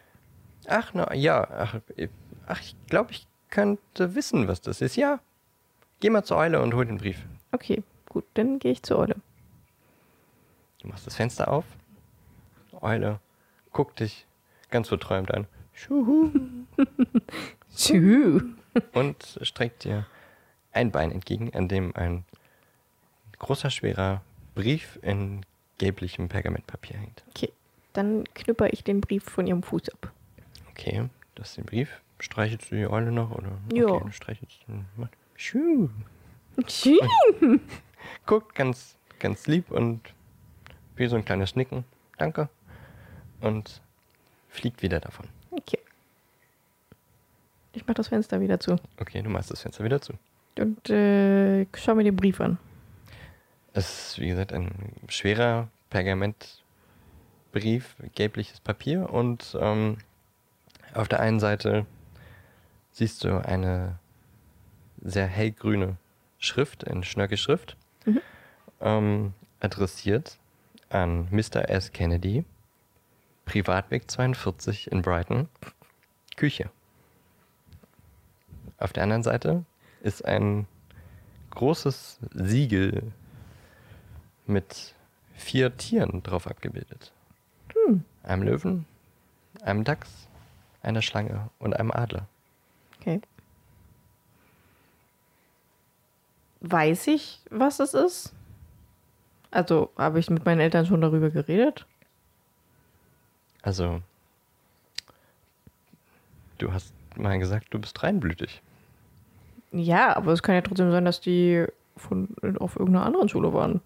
Speaker 2: Ach, na ja. Ach, ich- ach ich glaube, ich könnte wissen, was das ist. Ja. Geh mal zur Eule und hol den Brief.
Speaker 5: Okay, gut, dann gehe ich zur Eule.
Speaker 2: Du machst das Fenster auf. Eule guckt dich ganz verträumt an
Speaker 5: Tschüss.
Speaker 2: und streckt dir ein Bein entgegen, an dem ein großer, schwerer Brief in gelblichem Pergamentpapier hängt.
Speaker 5: Okay, dann knüpper ich den Brief von ihrem Fuß ab.
Speaker 2: Okay, das ist der Brief. Streichelst du die Eule noch? Oder?
Speaker 5: Ja.
Speaker 2: Okay, du streichelst du. Schuh.
Speaker 5: Tschüss.
Speaker 2: guckt ganz, ganz lieb und wie so ein kleines Nicken. Danke. Und fliegt wieder davon.
Speaker 5: Okay. Ich mache das Fenster wieder zu
Speaker 2: Okay, du machst das Fenster wieder zu.
Speaker 5: und äh, schau mir den Brief an.
Speaker 2: Es ist, wie gesagt, ein schwerer Pergamentbrief, gelbliches Papier. Und ähm, auf der einen Seite siehst du eine sehr hellgrüne Schrift, in Schnörkelschrift, ähm, adressiert an Mr. S. Kennedy, Privatweg 42 in Brighton, Küche. Auf der anderen Seite ist ein großes Siegel mit vier Tieren drauf abgebildet. Einem Löwen, einem Dachs, einer Schlange und einem Adler.
Speaker 5: Okay. Weiß ich, was es ist? Also, habe ich mit meinen Eltern schon darüber geredet?
Speaker 2: Also, du hast mal gesagt, du bist reinblütig.
Speaker 5: Ja, aber es kann ja trotzdem sein, dass die von, auf irgendeiner anderen Schule waren.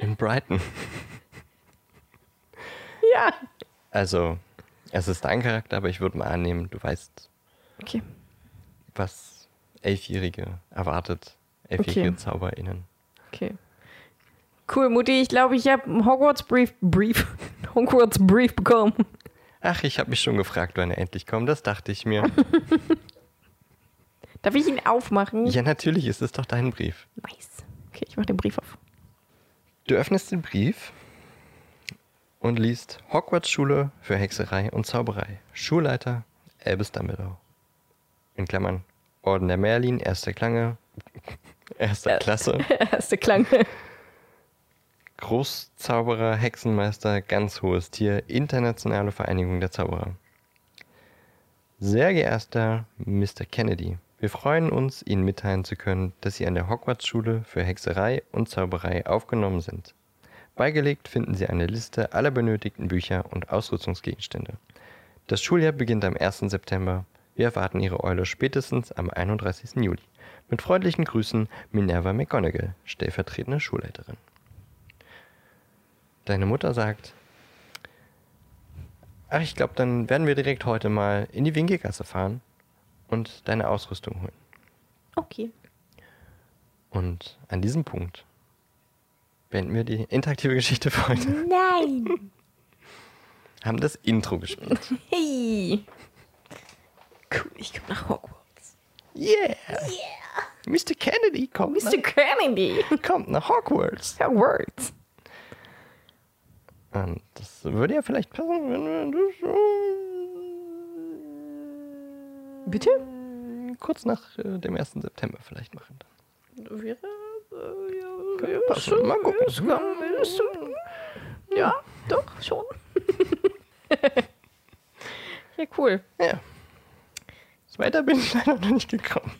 Speaker 2: In Brighton.
Speaker 5: Ja.
Speaker 2: Also, es ist dein Charakter, aber ich würde mal annehmen, du weißt,
Speaker 5: Okay.
Speaker 2: was Elfjährige erwartet. Elfjährige
Speaker 5: Okay.
Speaker 2: ZauberInnen.
Speaker 5: Okay. Cool, Mutti, ich glaube, ich habe einen Hogwarts Brief, Brief, Hogwarts Brief bekommen.
Speaker 2: Ach, ich habe mich schon gefragt, wann er endlich kommt. Das dachte ich mir.
Speaker 5: Darf ich ihn aufmachen?
Speaker 2: ja, natürlich ist es doch dein Brief.
Speaker 5: Nice. Okay, ich mache den Brief auf.
Speaker 2: Du öffnest den Brief und liest Hogwarts Schule für Hexerei und Zauberei. Schulleiter Albus Dumbledore. In Klammern Orden der Merlin, erste Klange, erster Klasse,
Speaker 5: Erste Klang.
Speaker 2: Großzauberer, Hexenmeister, ganz hohes Tier, internationale Vereinigung der Zauberer. Sehr geehrter Mr. Kennedy, wir freuen uns, Ihnen mitteilen zu können, dass Sie an der Hogwarts-Schule für Hexerei und Zauberei aufgenommen sind. Beigelegt finden Sie eine Liste aller benötigten Bücher und Ausrüstungsgegenstände. Das Schuljahr beginnt am 1. September. Wir erwarten Ihre Eule spätestens am 31. Juli. Mit freundlichen Grüßen, Minerva McGonagall, stellvertretende Schulleiterin. Deine Mutter sagt, Ach, ich glaube, dann werden wir direkt heute mal in die Winkelgasse fahren und deine Ausrüstung holen.
Speaker 5: Okay.
Speaker 2: Und an diesem Punkt beenden wir die interaktive Geschichte für heute.
Speaker 5: Nein.
Speaker 2: Haben das Intro gespielt.
Speaker 5: Hey. Cool, ich komme nach Hogwarts.
Speaker 2: Yeah! Mr. Kennedy kommt,
Speaker 5: Mr. Kennedy.
Speaker 2: Nach, kommt nach Hogwarts.
Speaker 5: Hogwarts.
Speaker 2: Und das würde ja vielleicht passen, wenn wir das
Speaker 5: Bitte?
Speaker 2: schon kurz nach äh, dem 1. September vielleicht
Speaker 5: Hm.
Speaker 2: machen.
Speaker 5: Wäre, äh, ja,
Speaker 2: Könnte
Speaker 5: ja,
Speaker 2: passen.
Speaker 5: schon,
Speaker 2: Mal gucken.
Speaker 5: ja, schon, ja, schon. Ja, doch, schon. ja, cool.
Speaker 2: Ja. Weiter bin ich leider noch nicht gekommen.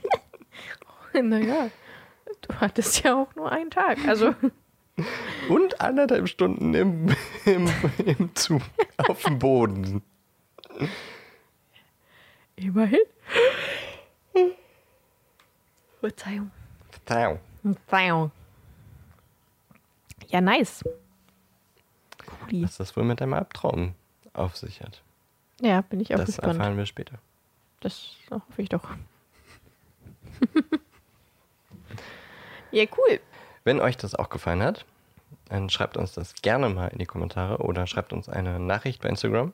Speaker 5: Naja, du hattest ja auch nur einen Tag. Also,
Speaker 2: Und anderthalb Stunden im, im, im Zug auf dem Boden.
Speaker 5: immerhin. Verzeihung.
Speaker 2: Tau.
Speaker 5: Verzeihung. Ja, nice. Cool.
Speaker 2: Was das wohl mit deinem Albtraum auf sich hat.
Speaker 5: Ja, bin ich auch
Speaker 2: das
Speaker 5: gespannt.
Speaker 2: erfahren wir später.
Speaker 5: Das hoffe ich doch. ja, cool.
Speaker 2: Wenn euch das auch gefallen hat, dann schreibt uns das gerne mal in die Kommentare oder schreibt uns eine Nachricht bei Instagram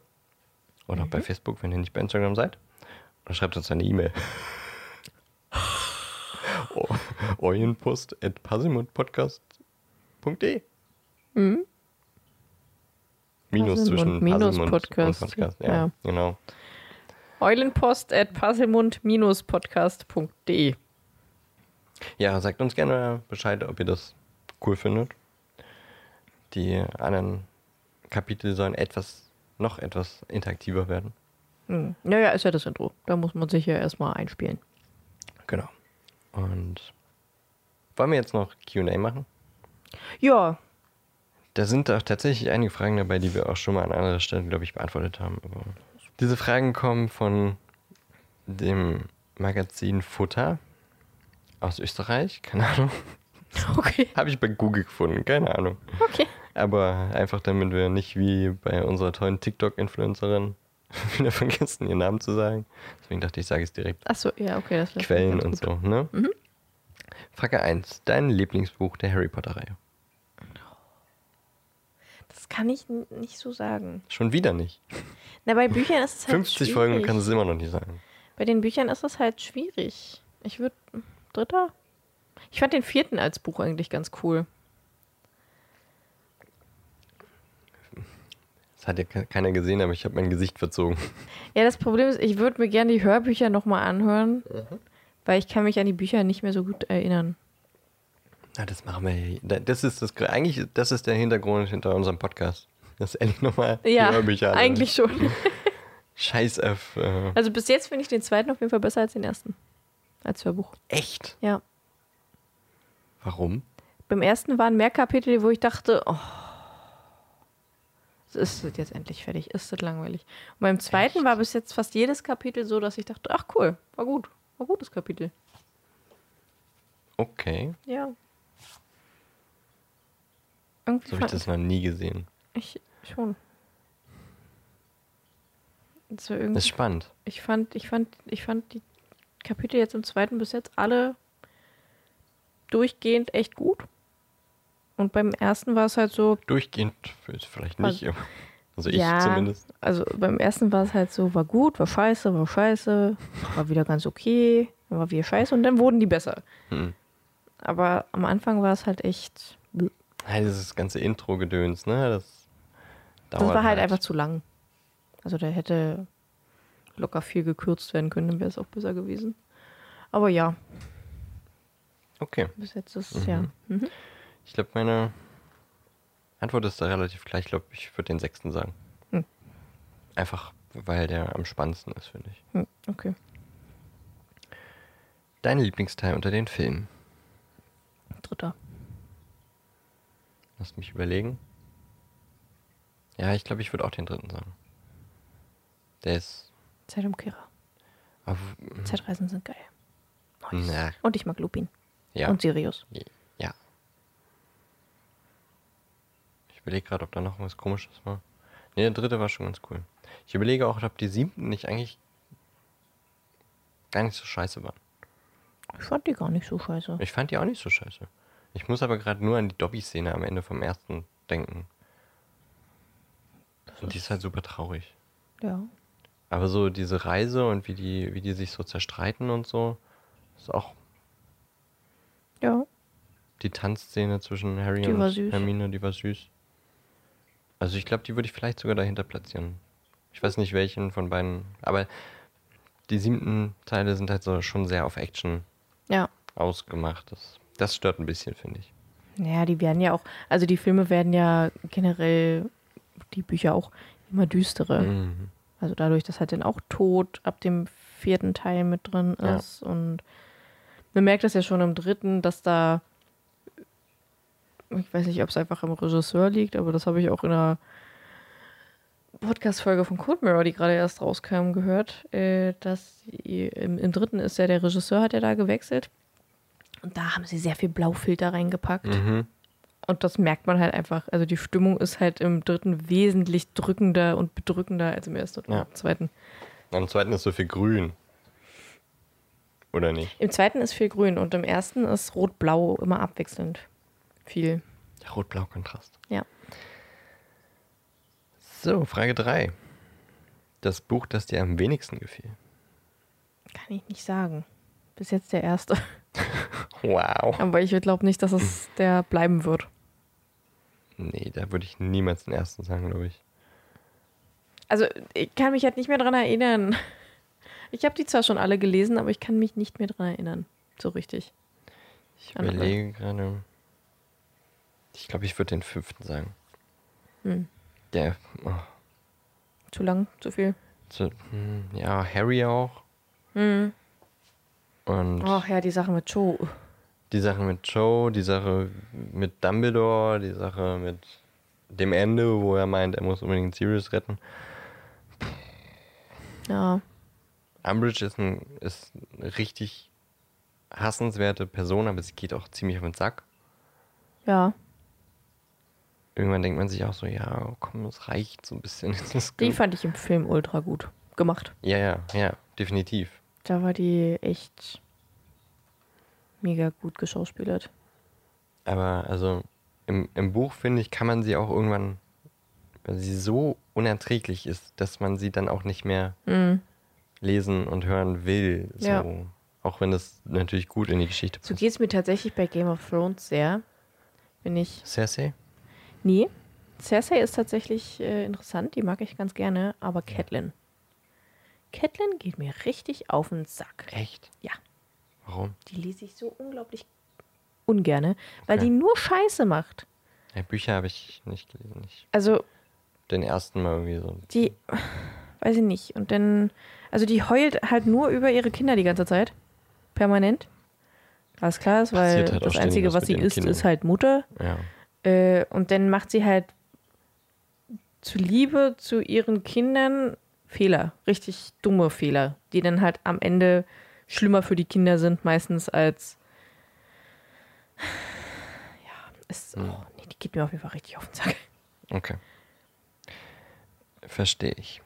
Speaker 2: oder
Speaker 5: Mhm.
Speaker 2: auch bei Facebook, wenn ihr nicht bei Instagram seid. Oder schreibt uns eine E-Mail. O- Eulenpost.passimundpodcast.de Minus
Speaker 5: Mhm. Passimund,
Speaker 2: zwischen
Speaker 5: minus
Speaker 2: Passimund und
Speaker 5: Podcast,
Speaker 2: Podcast. Ja,
Speaker 5: ja.
Speaker 2: genau.
Speaker 5: Eulenpost at puzzlemund-podcast.de.
Speaker 2: Ja, sagt uns gerne Bescheid, ob ihr das cool findet. Die anderen Kapitel sollen etwas, noch etwas interaktiver werden.
Speaker 5: Hm. Naja, ist ja das Intro. Da muss man sich ja erstmal einspielen.
Speaker 2: Genau. Und wollen wir jetzt noch QA machen?
Speaker 5: Ja,
Speaker 2: Da sind auch tatsächlich einige Fragen dabei, die wir auch schon mal an anderer Stelle, glaube ich, beantwortet haben. Aber diese Fragen kommen von dem Magazin Futter aus Österreich. Keine Ahnung.
Speaker 5: okay.
Speaker 2: Habe ich bei Google gefunden. Keine Ahnung.
Speaker 5: Okay.
Speaker 2: Aber einfach damit wir nicht wie bei unserer tollen TikTok-Influencerin wieder vergessen, ihren Namen zu sagen. Deswegen dachte ich, sage es direkt.
Speaker 5: Achso, ja, okay. Das wär
Speaker 2: Quellen
Speaker 5: ganz
Speaker 2: und
Speaker 5: gut.
Speaker 2: so,
Speaker 5: Mhm.
Speaker 2: ne? Frage 1. Dein Lieblingsbuch der Harry Potter-Reihe?
Speaker 5: Das kann ich n- nicht so sagen.
Speaker 2: Schon wieder nicht.
Speaker 5: Na, bei Büchern ist es halt
Speaker 2: 50
Speaker 5: schwierig.
Speaker 2: Folgen kannst du es immer noch nicht sagen.
Speaker 5: Bei den Büchern ist es halt schwierig. Ich würde. Dritter? Ich fand den vierten als Buch eigentlich ganz cool.
Speaker 2: Das hat ja ke- keiner gesehen, aber ich habe mein Gesicht verzogen.
Speaker 5: Ja, das Problem ist, ich würde mir gerne die Hörbücher nochmal anhören,
Speaker 2: Mhm.
Speaker 5: weil ich kann mich an die Bücher nicht mehr so gut erinnern.
Speaker 2: Na, das machen wir ja. da- Das ist das, eigentlich, das ist der Hintergrund hinter unserem Podcast. Das ist endlich nochmal
Speaker 5: Ja,
Speaker 2: die Hörbücher. anhören.
Speaker 5: eigentlich schon.
Speaker 2: Scheiß auf. Äh,
Speaker 5: Also bis jetzt finde ich den zweiten auf jeden Fall besser als den ersten. Als Hörbuch.
Speaker 2: echt?
Speaker 5: Ja.
Speaker 2: Warum?
Speaker 5: Beim ersten waren mehr Kapitel, wo ich dachte, oh, es ist das jetzt endlich fertig, ist das langweilig. Und beim zweiten war bis jetzt fast jedes Kapitel so, dass ich dachte, ach cool, war gut, war gutes Kapitel.
Speaker 2: Okay.
Speaker 5: Ja. Irgendwie
Speaker 2: So habe ich
Speaker 5: fand
Speaker 2: das noch nie gesehen.
Speaker 5: ich schon. Das war irgendwie
Speaker 2: Das ist spannend.
Speaker 5: Ich fand, ich fand, ich fand die Kapitel jetzt im zweiten bis jetzt alle durchgehend echt gut. Und beim ersten war es halt so,
Speaker 2: Durchgehend ist vielleicht nicht. aber- Also ich
Speaker 5: ja,
Speaker 2: zumindest.
Speaker 5: also beim ersten war es halt so, war gut, war scheiße, war scheiße, war wieder ganz okay, dann war wieder scheiße und dann wurden die besser.
Speaker 2: Hm.
Speaker 5: Aber am Anfang war es halt echt,
Speaker 2: Ja, dieses ganze Intro-Gedöns, ne? Das,
Speaker 5: das war halt einfach zu lang. Also da hätte locker viel gekürzt werden können, dann wäre es auch besser gewesen. Aber ja,
Speaker 2: Okay.
Speaker 5: bis jetzt ist es ja. Mhm.
Speaker 2: Ich glaube, meine
Speaker 5: Hm.
Speaker 2: Antwort ist da relativ gleich. Ich glaube, ich würde den sechsten sagen. Einfach, weil der am spannendsten ist, finde ich.
Speaker 5: Hm, okay.
Speaker 2: Dein Lieblingsteil unter den Filmen.
Speaker 5: Dritter.
Speaker 2: Lass mich überlegen. Ja, ich glaube, ich würde auch den dritten sagen. Der ist.
Speaker 5: Zeitumkehrer.
Speaker 2: Auf,
Speaker 5: Zeitreisen sind geil. Nice.
Speaker 2: na,
Speaker 5: Und ich mag Lupin.
Speaker 2: ja.
Speaker 5: Und Sirius.
Speaker 2: Ja. Ich überlege gerade, ob da noch was komisches war. Ne, der dritte war schon ganz cool. Ich überlege auch, ob die siebten nicht eigentlich gar nicht so scheiße waren.
Speaker 5: Ich fand die gar nicht so scheiße.
Speaker 2: Ich fand die auch nicht so scheiße. Ich muss aber gerade nur an die Dobby-Szene am Ende vom ersten denken. Und die ist halt super traurig.
Speaker 5: Ja.
Speaker 2: Aber so diese Reise und wie die, wie die sich so zerstreiten und so, ist auch
Speaker 5: Ja.
Speaker 2: die Tanzszene zwischen Harry
Speaker 5: Die
Speaker 2: und
Speaker 5: war süß.
Speaker 2: Hermine, die war süß. Also ich glaube, die würde ich vielleicht sogar dahinter platzieren. Ich weiß nicht welchen von beiden, aber die siebten Teile sind halt so schon sehr auf Action
Speaker 5: Ja.
Speaker 2: ausgemacht. Das, das stört ein bisschen, finde ich.
Speaker 5: Naja, die werden ja auch, also die Filme werden ja generell, die Bücher auch immer düstere.
Speaker 2: Mhm.
Speaker 5: Also dadurch, dass halt dann auch Tod ab dem vierten Teil mit drin
Speaker 2: Ja.
Speaker 5: ist. Und man merkt das ja schon im dritten, dass da, ich weiß nicht, ob es einfach im Regisseur liegt, aber das habe ich auch in einer Podcast-Folge von Code Mirror, die gerade erst rauskam, gehört, äh, dass sie- im, im dritten ist ja der Regisseur, hat ja da gewechselt. Und da haben sie sehr viel Blaufilter reingepackt.
Speaker 2: Mhm.
Speaker 5: Und das merkt man halt einfach. Also die Stimmung ist halt im dritten wesentlich drückender und bedrückender als im ersten und
Speaker 2: Ja.
Speaker 5: im zweiten.
Speaker 2: Am zweiten ist so viel grün. Oder nicht?
Speaker 5: Im zweiten ist viel grün und im ersten ist rot-blau immer abwechselnd. Viel.
Speaker 2: Der Rot-Blau-Kontrast.
Speaker 5: Ja.
Speaker 2: So, Frage 3. Das Buch, das dir am wenigsten gefiel.
Speaker 5: Kann ich nicht sagen. Bis jetzt der erste.
Speaker 2: Wow.
Speaker 5: Aber ich glaube nicht, dass es der bleiben wird.
Speaker 2: Nee, da würde ich niemals den ersten sagen, glaube ich.
Speaker 5: Also ich kann mich halt nicht mehr dran erinnern. Ich habe die zwar schon alle gelesen, aber ich kann mich nicht mehr dran erinnern. So richtig.
Speaker 2: Ich
Speaker 5: Andere.
Speaker 2: überlege gerade. Ich glaube, ich würde den fünften sagen.
Speaker 5: Hm.
Speaker 2: Der. Oh,
Speaker 5: Zu lang, zu viel.
Speaker 2: zu, hm, ja, Harry auch.
Speaker 5: Hm. Oh.
Speaker 2: Und
Speaker 5: Ach ja, die Sache mit Joe.
Speaker 2: die Sache mit Joe, die Sache mit Dumbledore, die Sache mit dem Ende, wo er meint, er muss unbedingt Sirius retten.
Speaker 5: Ja.
Speaker 2: Umbridge ist, ein, ist eine richtig hassenswerte Person, aber sie geht auch ziemlich auf den Sack.
Speaker 5: Ja.
Speaker 2: Irgendwann denkt man sich auch so, ja, komm, es reicht so ein bisschen. Es ist
Speaker 5: Die
Speaker 2: genug.
Speaker 5: fand ich im Film ultra gut gemacht.
Speaker 2: Ja, ja, ja, definitiv.
Speaker 5: Da war die echt mega gut geschauspielert.
Speaker 2: Aber also im, im Buch, finde ich, kann man sie auch irgendwann, weil sie so unerträglich ist, dass man sie dann auch nicht mehr lesen und hören will. So.
Speaker 5: Mhm. Ja.
Speaker 2: Auch wenn das natürlich gut in die Geschichte
Speaker 5: So
Speaker 2: passt.
Speaker 5: geht es mir tatsächlich bei Game of Thrones sehr. Bin ich.
Speaker 2: Cersei?
Speaker 5: Nee. Cersei ist tatsächlich äh, interessant, die mag ich ganz gerne, aber Catelyn. Catelyn geht mir richtig auf den Sack.
Speaker 2: Echt?
Speaker 5: Ja,
Speaker 2: Warum?
Speaker 5: die lese ich so unglaublich ungerne, weil
Speaker 2: Okay.
Speaker 5: die nur Scheiße macht.
Speaker 1: Äh,
Speaker 2: Ja, Bücher habe ich nicht gelesen. Ich,
Speaker 5: Also
Speaker 2: den ersten Mal irgendwie so.
Speaker 5: die, weiß ich nicht. Und dann, also die heult halt nur über ihre Kinder die ganze Zeit. Permanent. Was klar ist, weil
Speaker 2: Passiert halt auch
Speaker 5: das
Speaker 2: ständig
Speaker 5: Einzige,
Speaker 2: was
Speaker 5: was
Speaker 2: mit
Speaker 5: sie
Speaker 2: ihren
Speaker 5: ist,
Speaker 2: Kindern.
Speaker 5: ist halt Mutter.
Speaker 2: Ja.
Speaker 5: Äh, und dann macht sie halt zuliebe zu ihren Kindern Fehler. Richtig dumme Fehler, die dann halt am Ende schlimmer für die Kinder sind, meistens als. Ja, ist.
Speaker 2: Hm.
Speaker 5: Oh, nee, die geht mir auf jeden Fall richtig auf den Sack.
Speaker 2: Okay. Verstehe ich.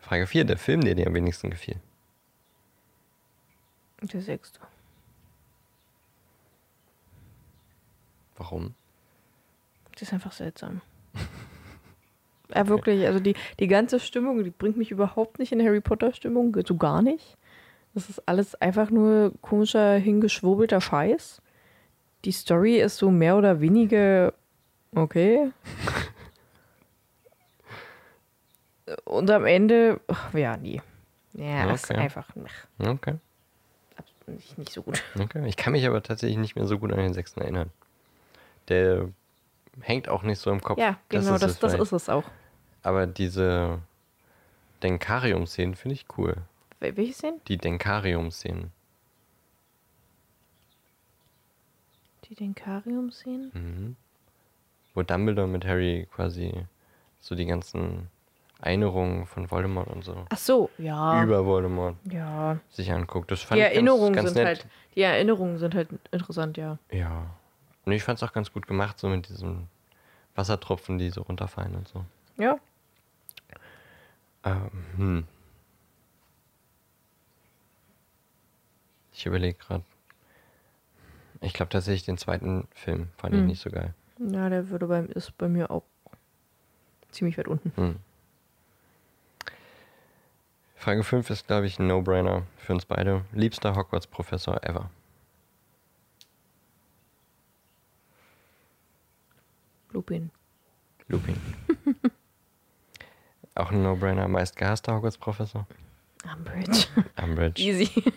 Speaker 2: Frage 4. Der Film, der dir am wenigsten gefiel.
Speaker 5: Der sechste.
Speaker 2: Warum?
Speaker 5: Das ist einfach seltsam. ja, wirklich. Also die, die ganze Stimmung, die bringt mich überhaupt nicht in Harry Potter-Stimmung, so also gar nicht. Das ist alles einfach nur komischer, hingeschwurbelter Scheiß. Die Story ist so mehr oder weniger okay. Und am Ende, ach, ja, nee. Ja, ist
Speaker 2: Okay.
Speaker 5: einfach ach,
Speaker 2: Okay.
Speaker 5: absolut nicht, nicht so gut.
Speaker 2: Okay. Ich kann mich aber tatsächlich nicht mehr so gut an den sechsten erinnern. Der hängt auch nicht so im Kopf. halt.
Speaker 5: Ja, genau, das, das,
Speaker 2: vielleicht.
Speaker 5: ist es auch.
Speaker 2: Aber diese Denkarium-Szenen finde ich cool.
Speaker 5: Wel- Welches denn?
Speaker 2: Die Denkarium-Szenen.
Speaker 5: Die Denkarium-Szenen?
Speaker 2: wo Dumbledore mit Harry quasi so die ganzen Erinnerungen von Voldemort und so
Speaker 5: Ach so, ja.
Speaker 2: über Voldemort
Speaker 5: ja.
Speaker 2: sich anguckt. Das fand
Speaker 5: Ah.
Speaker 2: ich
Speaker 5: Die
Speaker 2: ganz,
Speaker 5: Erinnerungen
Speaker 2: ganz
Speaker 5: sind
Speaker 2: nett.
Speaker 5: halt. Die Erinnerungen sind halt interessant, ja.
Speaker 2: Ja. Nee, ich fand es auch ganz gut gemacht, so mit diesen Wassertropfen, die so runterfallen und so.
Speaker 5: Ja.
Speaker 2: Ähm, hm. Ich überlege gerade. Ich glaube tatsächlich den zweiten Film fand
Speaker 5: Hm.
Speaker 2: ich nicht so geil.
Speaker 5: Ja, der würde beim ist bei mir auch ziemlich weit
Speaker 2: Hm.
Speaker 5: unten.
Speaker 2: Frage 5 ist, glaube ich, ein No-Brainer für uns beide. Liebster Hogwarts-Professor ever.
Speaker 5: Lupin.
Speaker 2: Lupin. Auch ein No-Brainer, meist gehasster Hogwarts-Professor.
Speaker 5: Umbridge.
Speaker 2: Umbridge.
Speaker 5: Easy.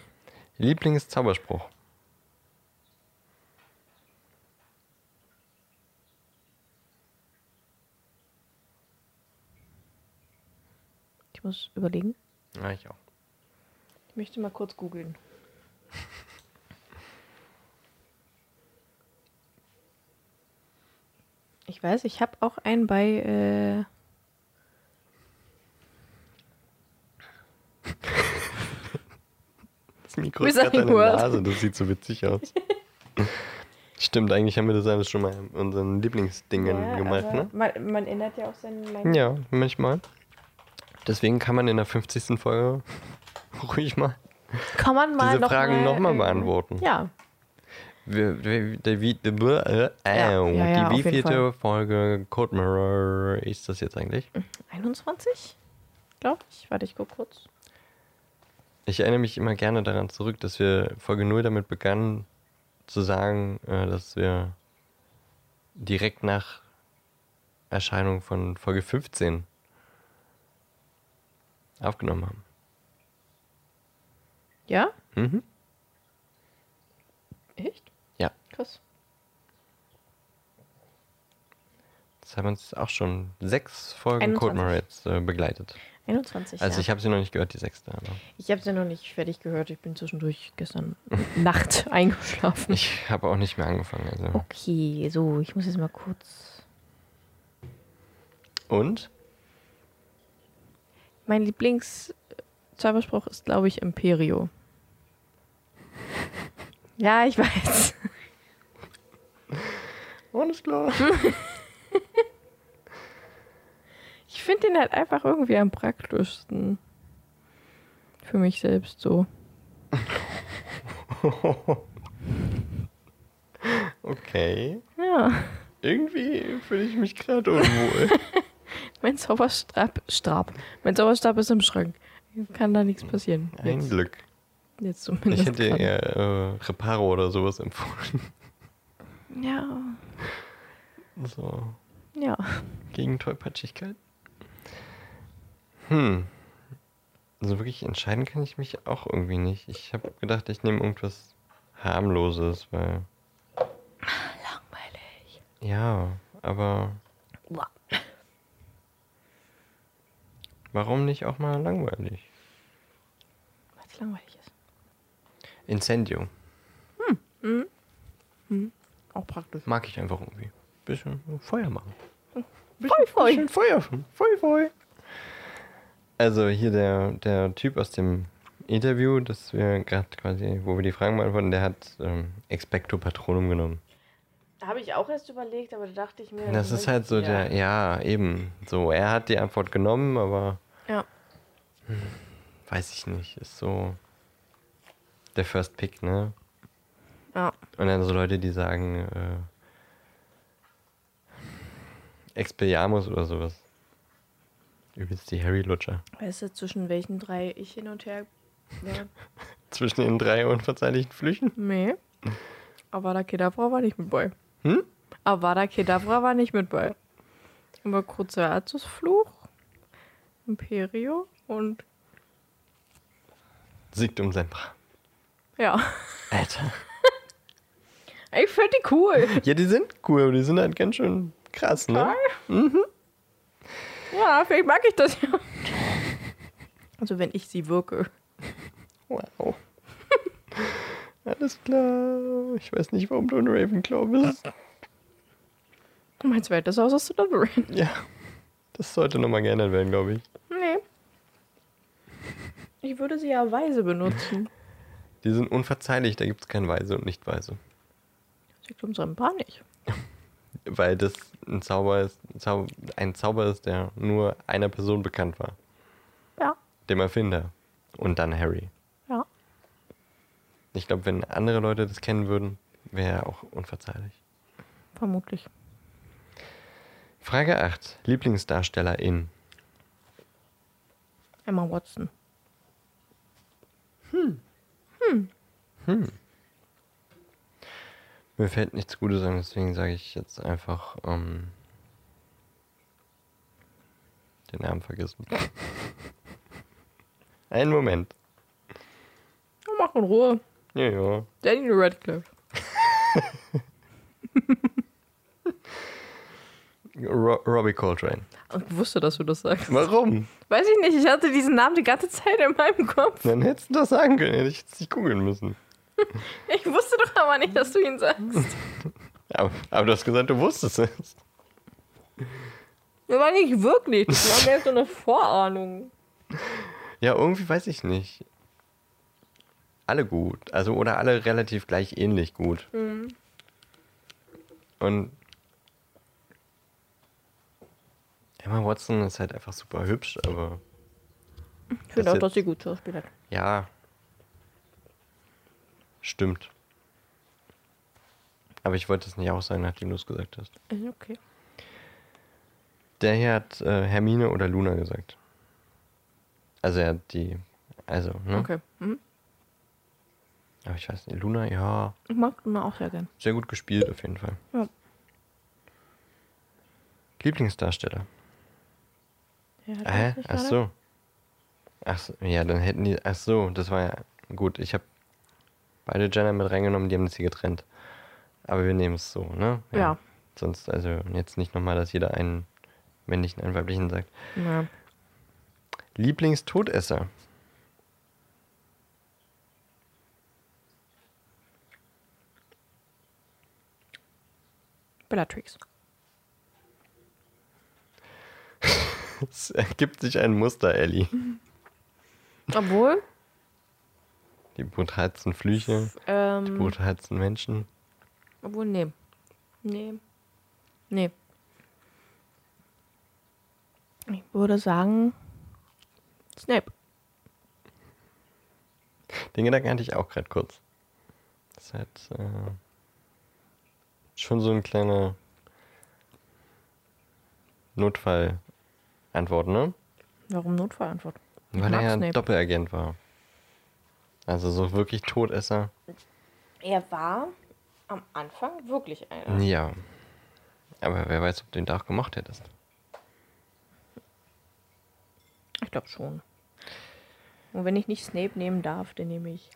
Speaker 2: Lieblingszauberspruch.
Speaker 5: Ich muss überlegen.
Speaker 2: Ja, ich auch.
Speaker 5: Ich möchte mal kurz googeln. Ich weiß, ich habe auch einen bei. Äh
Speaker 2: Das Mikro
Speaker 5: ist gerade an der Wizarding World.
Speaker 2: Nase, das sieht so witzig aus. Stimmt, eigentlich haben wir das alles schon mal in unseren Lieblingsdingen gemacht, ne?
Speaker 5: man, man ändert ja auch seinen.
Speaker 2: Ja, manchmal. Deswegen kann man in der 50. Folge ruhig mal
Speaker 5: Kann man mal
Speaker 2: diese
Speaker 5: noch
Speaker 2: Fragen
Speaker 5: mal,
Speaker 2: nochmal
Speaker 5: äh,
Speaker 2: beantworten.
Speaker 5: Ja,
Speaker 2: Wir, wir, der, wie, der, äh, äh,
Speaker 5: Ja, ja, ja, auf
Speaker 2: die
Speaker 5: jeden
Speaker 2: wievielte Folge Code Mirror ist das jetzt eigentlich?
Speaker 5: 21? Glaube ich. Warte, ich guck kurz.
Speaker 2: Ich erinnere mich immer gerne daran zurück, dass wir Folge 0 damit begannen zu sagen, äh, dass wir direkt nach Erscheinung von Folge 15 aufgenommen haben.
Speaker 5: Ja?
Speaker 2: Mhm.
Speaker 5: Echt?
Speaker 2: Ja,
Speaker 5: Krass.
Speaker 2: das haben uns auch schon sechs Folgen Code
Speaker 5: 21.
Speaker 2: Mirror jetzt äh, begleitet.
Speaker 5: 21.
Speaker 2: Also
Speaker 5: ja.
Speaker 2: ich habe sie noch nicht gehört, die sechste. Aber
Speaker 5: Ich habe sie noch nicht fertig gehört. Ich bin zwischendurch gestern Nacht eingeschlafen.
Speaker 2: ich habe auch nicht mehr angefangen. Also.
Speaker 5: Okay, so, ich muss jetzt mal kurz.
Speaker 2: Und?
Speaker 5: Mein Lieblingszauberspruch ist, glaube ich, Imperio. Ja, ich weiß.
Speaker 2: Alles klar.
Speaker 5: Ich finde den halt einfach irgendwie am praktischsten. Für mich selbst so.
Speaker 2: Okay.
Speaker 5: Ja,
Speaker 2: Irgendwie fühle ich mich gerade unwohl.
Speaker 5: mein Zauberstab, Stab. Mein Zauberstab ist im Schrank. Kann da nichts passieren.
Speaker 2: Ein
Speaker 5: Jetzt,
Speaker 2: Glück.
Speaker 5: jetzt
Speaker 2: Ich
Speaker 5: zumindest.
Speaker 2: hätte
Speaker 5: grad.
Speaker 2: eher äh, Reparo oder sowas empfohlen.
Speaker 5: ja,
Speaker 2: So,
Speaker 5: ja.
Speaker 2: gegen Tollpatschigkeit. Hm. Also wirklich entscheiden kann ich mich auch irgendwie nicht. Ich habe gedacht, ich nehme irgendwas harmloses, weil
Speaker 5: Langweilig.
Speaker 2: ja, aber
Speaker 5: Uah.
Speaker 2: warum nicht auch mal langweilig?
Speaker 5: Was langweilig ist.
Speaker 2: Incendio
Speaker 5: Auch praktisch.
Speaker 2: mag ich einfach irgendwie. Bisschen Feuer machen.
Speaker 5: Voll, voll.
Speaker 2: Schön Feuer. Voll, voll. Also hier der, der Typ aus dem Interview, das wir gerade quasi, wo wir die Fragen beantworten, der hat ähm, Expecto Patronum genommen.
Speaker 5: Habe ich auch erst überlegt, aber da dachte ich mir.
Speaker 2: Das ist halt so der, ja, eben. So, er hat die Antwort genommen, aber
Speaker 5: Ja.
Speaker 2: weiß ich nicht, ist so der First Pick, ne?
Speaker 5: Ja.
Speaker 2: Und dann so Leute, die sagen, äh, Expelliarmus oder sowas. Übelst die Harry-Lutscher.
Speaker 5: Weißt du, zwischen welchen drei ich hin und her. Ja.
Speaker 2: Zwischen den drei unverzeihlichen Flüchen?
Speaker 5: Nee. Avada Kedavra war nicht mit bei.
Speaker 2: Hm?
Speaker 5: Avada Kedavra war nicht mit bei. Aber Cruciatus Fluch, Imperio und.
Speaker 2: Siegt um Sempra.
Speaker 5: Ja.
Speaker 2: Alter.
Speaker 5: Ich finde die cool.
Speaker 2: Ja, die sind cool, aber die sind halt ganz schön krass, ne?
Speaker 5: Ja, vielleicht mag ich das ja. Also wenn ich sie wirke.
Speaker 2: Wow. Alles klar. Ich weiß nicht, warum du ein Ravenclaw bist.
Speaker 5: Mein zweites Haus ist Slytherin.
Speaker 2: Ja. Das sollte nochmal geändert werden, glaube ich.
Speaker 5: Nee. Ich würde sie ja weise benutzen.
Speaker 2: Die sind unverzeihlich, da gibt es kein Weise und nicht Weise.
Speaker 5: Das liegt unserem Paar nicht.
Speaker 2: Weil das ein Zauber ist, ein Zau- ein Zauber ist, der nur einer Person bekannt war.
Speaker 5: Ja,
Speaker 2: Dem Erfinder. Und dann Harry.
Speaker 5: ja.
Speaker 2: Ich glaube, wenn andere Leute das kennen würden, wäre er auch unverzeihlich.
Speaker 5: Vermutlich.
Speaker 2: Frage 8. Lieblingsdarstellerin.
Speaker 5: Emma Watson.
Speaker 2: Mir fällt nichts Gutes an, deswegen sage ich jetzt einfach ähm, den Namen vergessen. Einen Moment.
Speaker 5: Ja, mach in Ruhe.
Speaker 2: Ja, ja.
Speaker 5: Daniel Radcliffe.
Speaker 2: Ro Robbie Coltrane.
Speaker 5: Ich wusste, dass du das sagst.
Speaker 2: Warum?
Speaker 5: Weiß ich nicht, ich hatte diesen Namen die ganze Zeit in meinem Kopf.
Speaker 2: Dann hättest du das sagen können, hätte ich jetzt nicht googeln müssen.
Speaker 5: Ich wusste doch aber nicht, dass du ihn sagst.
Speaker 2: Aber, aber du hast gesagt, du wusstest es.
Speaker 5: Aber nicht wirklich. Ich habe jetzt so eine Vorahnung.
Speaker 2: Ja, irgendwie weiß ich nicht. Alle gut. Also, oder alle relativ gleich ähnlich gut. Und Emma Watson ist halt einfach super hübsch, aber
Speaker 5: Ich finde
Speaker 2: Das
Speaker 5: auch,
Speaker 2: jetzt-
Speaker 5: dass sie gut schauspielt hat.
Speaker 2: ja. Stimmt. Aber ich wollte es nicht auch sagen, nachdem du es gesagt hast.
Speaker 5: Ist Okay.
Speaker 2: Der hier hat äh, Hermine oder Luna gesagt. Also er hat die. Also, ne?
Speaker 5: Okay. Mhm.
Speaker 2: Aber ich weiß nicht, Luna, ja.
Speaker 5: Ich mag Luna auch sehr gern.
Speaker 2: Sehr gut gespielt auf jeden Fall.
Speaker 5: Ja.
Speaker 2: Lieblingsdarsteller.
Speaker 5: Ja, hat
Speaker 2: Hä?
Speaker 5: das nicht
Speaker 2: Ach
Speaker 5: gerade?
Speaker 2: so. Ach so, ja, dann hätten die. Ach so, das war ja. Gut, ich habe beide Jenner mit reingenommen, die haben das hier getrennt. Aber wir nehmen es so, ne?
Speaker 5: Ja.
Speaker 2: Sonst, also jetzt nicht nochmal, dass jeder einen männlichen, einen weiblichen sagt.
Speaker 5: Ja.
Speaker 2: Lieblingstodesser.
Speaker 5: Bellatrix.
Speaker 2: Es ergibt sich ein Muster, Ellie.
Speaker 5: Obwohl,
Speaker 2: Die brutalsten Flüche, die
Speaker 5: ähm,
Speaker 2: brutalsten Menschen.
Speaker 5: obwohl, nee. Nee. Nee. Ich würde sagen, Snape.
Speaker 2: Den Gedanken hatte ich auch gerade kurz. Das ist halt äh, schon so ein kleiner Notfall-Antwort, ne?
Speaker 5: Warum Notfallantwort? Ich
Speaker 2: Weil
Speaker 5: mag
Speaker 2: er ja
Speaker 5: Snape.
Speaker 2: Doppelagent war. Also so wirklich Todesser.
Speaker 5: Er war am Anfang wirklich einer.
Speaker 2: Ja. Aber wer weiß, ob du ihn da auch gemacht hättest.
Speaker 5: Ich glaube schon. Und wenn ich nicht Snape nehmen darf, dann nehme ich.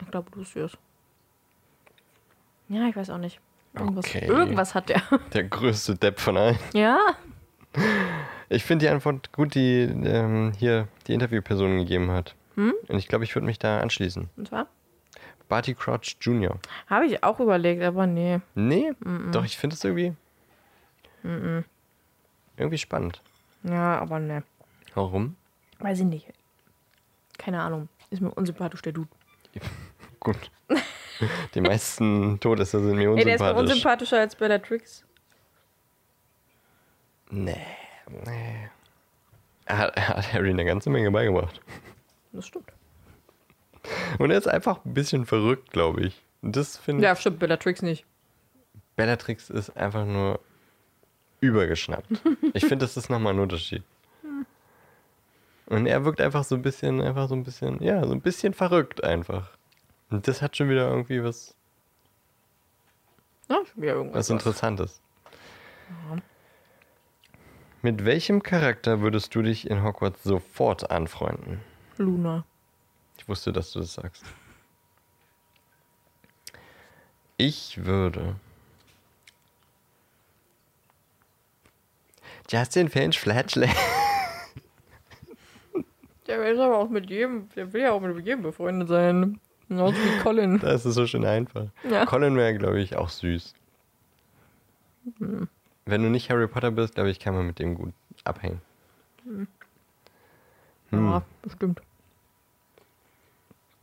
Speaker 5: Ich glaube, Lucius. Ja, ich weiß auch nicht. Irgendwas,
Speaker 2: Okay.
Speaker 5: irgendwas hat er.
Speaker 2: Der größte Depp von allen.
Speaker 5: ja?
Speaker 2: Ich finde die Antwort gut, die ähm, hier die Interviewperson gegeben hat. Und ich glaube, ich würde mich da anschließen.
Speaker 5: Und zwar?
Speaker 2: Barty Crouch Jr.
Speaker 5: Habe ich auch überlegt, aber nee.
Speaker 2: Nee, doch, ich finde es irgendwie. Irgendwie spannend.
Speaker 5: Ja, aber nee.
Speaker 2: Warum?
Speaker 5: Weiß ich nicht. Keine Ahnung. Ist mir unsympathisch, der Dude.
Speaker 2: Gut. Die meisten Todesser sind mir
Speaker 5: Ey, der ist mir
Speaker 2: unsympathisch.
Speaker 5: unsympathischer als Bellatrix.
Speaker 2: nee, nee. Er hat, er hat Harry eine ganze Menge beigebracht.
Speaker 5: Das stimmt.
Speaker 2: Und er ist einfach ein bisschen verrückt, glaube ich. Und das finde
Speaker 5: Ja,
Speaker 2: ich.
Speaker 5: stimmt, Bellatrix nicht.
Speaker 2: Bellatrix ist einfach nur übergeschnappt. ich finde, das ist nochmal ein Unterschied. Und er wirkt einfach so ein bisschen, einfach so ein bisschen, ja, so ein bisschen verrückt einfach. Und das hat schon wieder irgendwie was,
Speaker 5: Ja, schon wieder irgendwas.
Speaker 2: was Interessantes. Mit welchem Charakter würdest du dich in Hogwarts sofort anfreunden?
Speaker 5: Luna.
Speaker 2: Ich wusste, dass du das sagst. Ich würde. Justin Finch Fletchley.
Speaker 5: Der ist aber auch mit jedem, der will ja auch mit jedem befreundet sein. Genauso wie Colin.
Speaker 2: Das ist so schön einfach.
Speaker 5: Ja.
Speaker 2: Colin wäre, glaube ich, auch süß.
Speaker 5: Mhm.
Speaker 2: Wenn du nicht Harry Potter bist, glaube ich, kann man mit dem gut abhängen. Hm.
Speaker 5: Ja, bestimmt.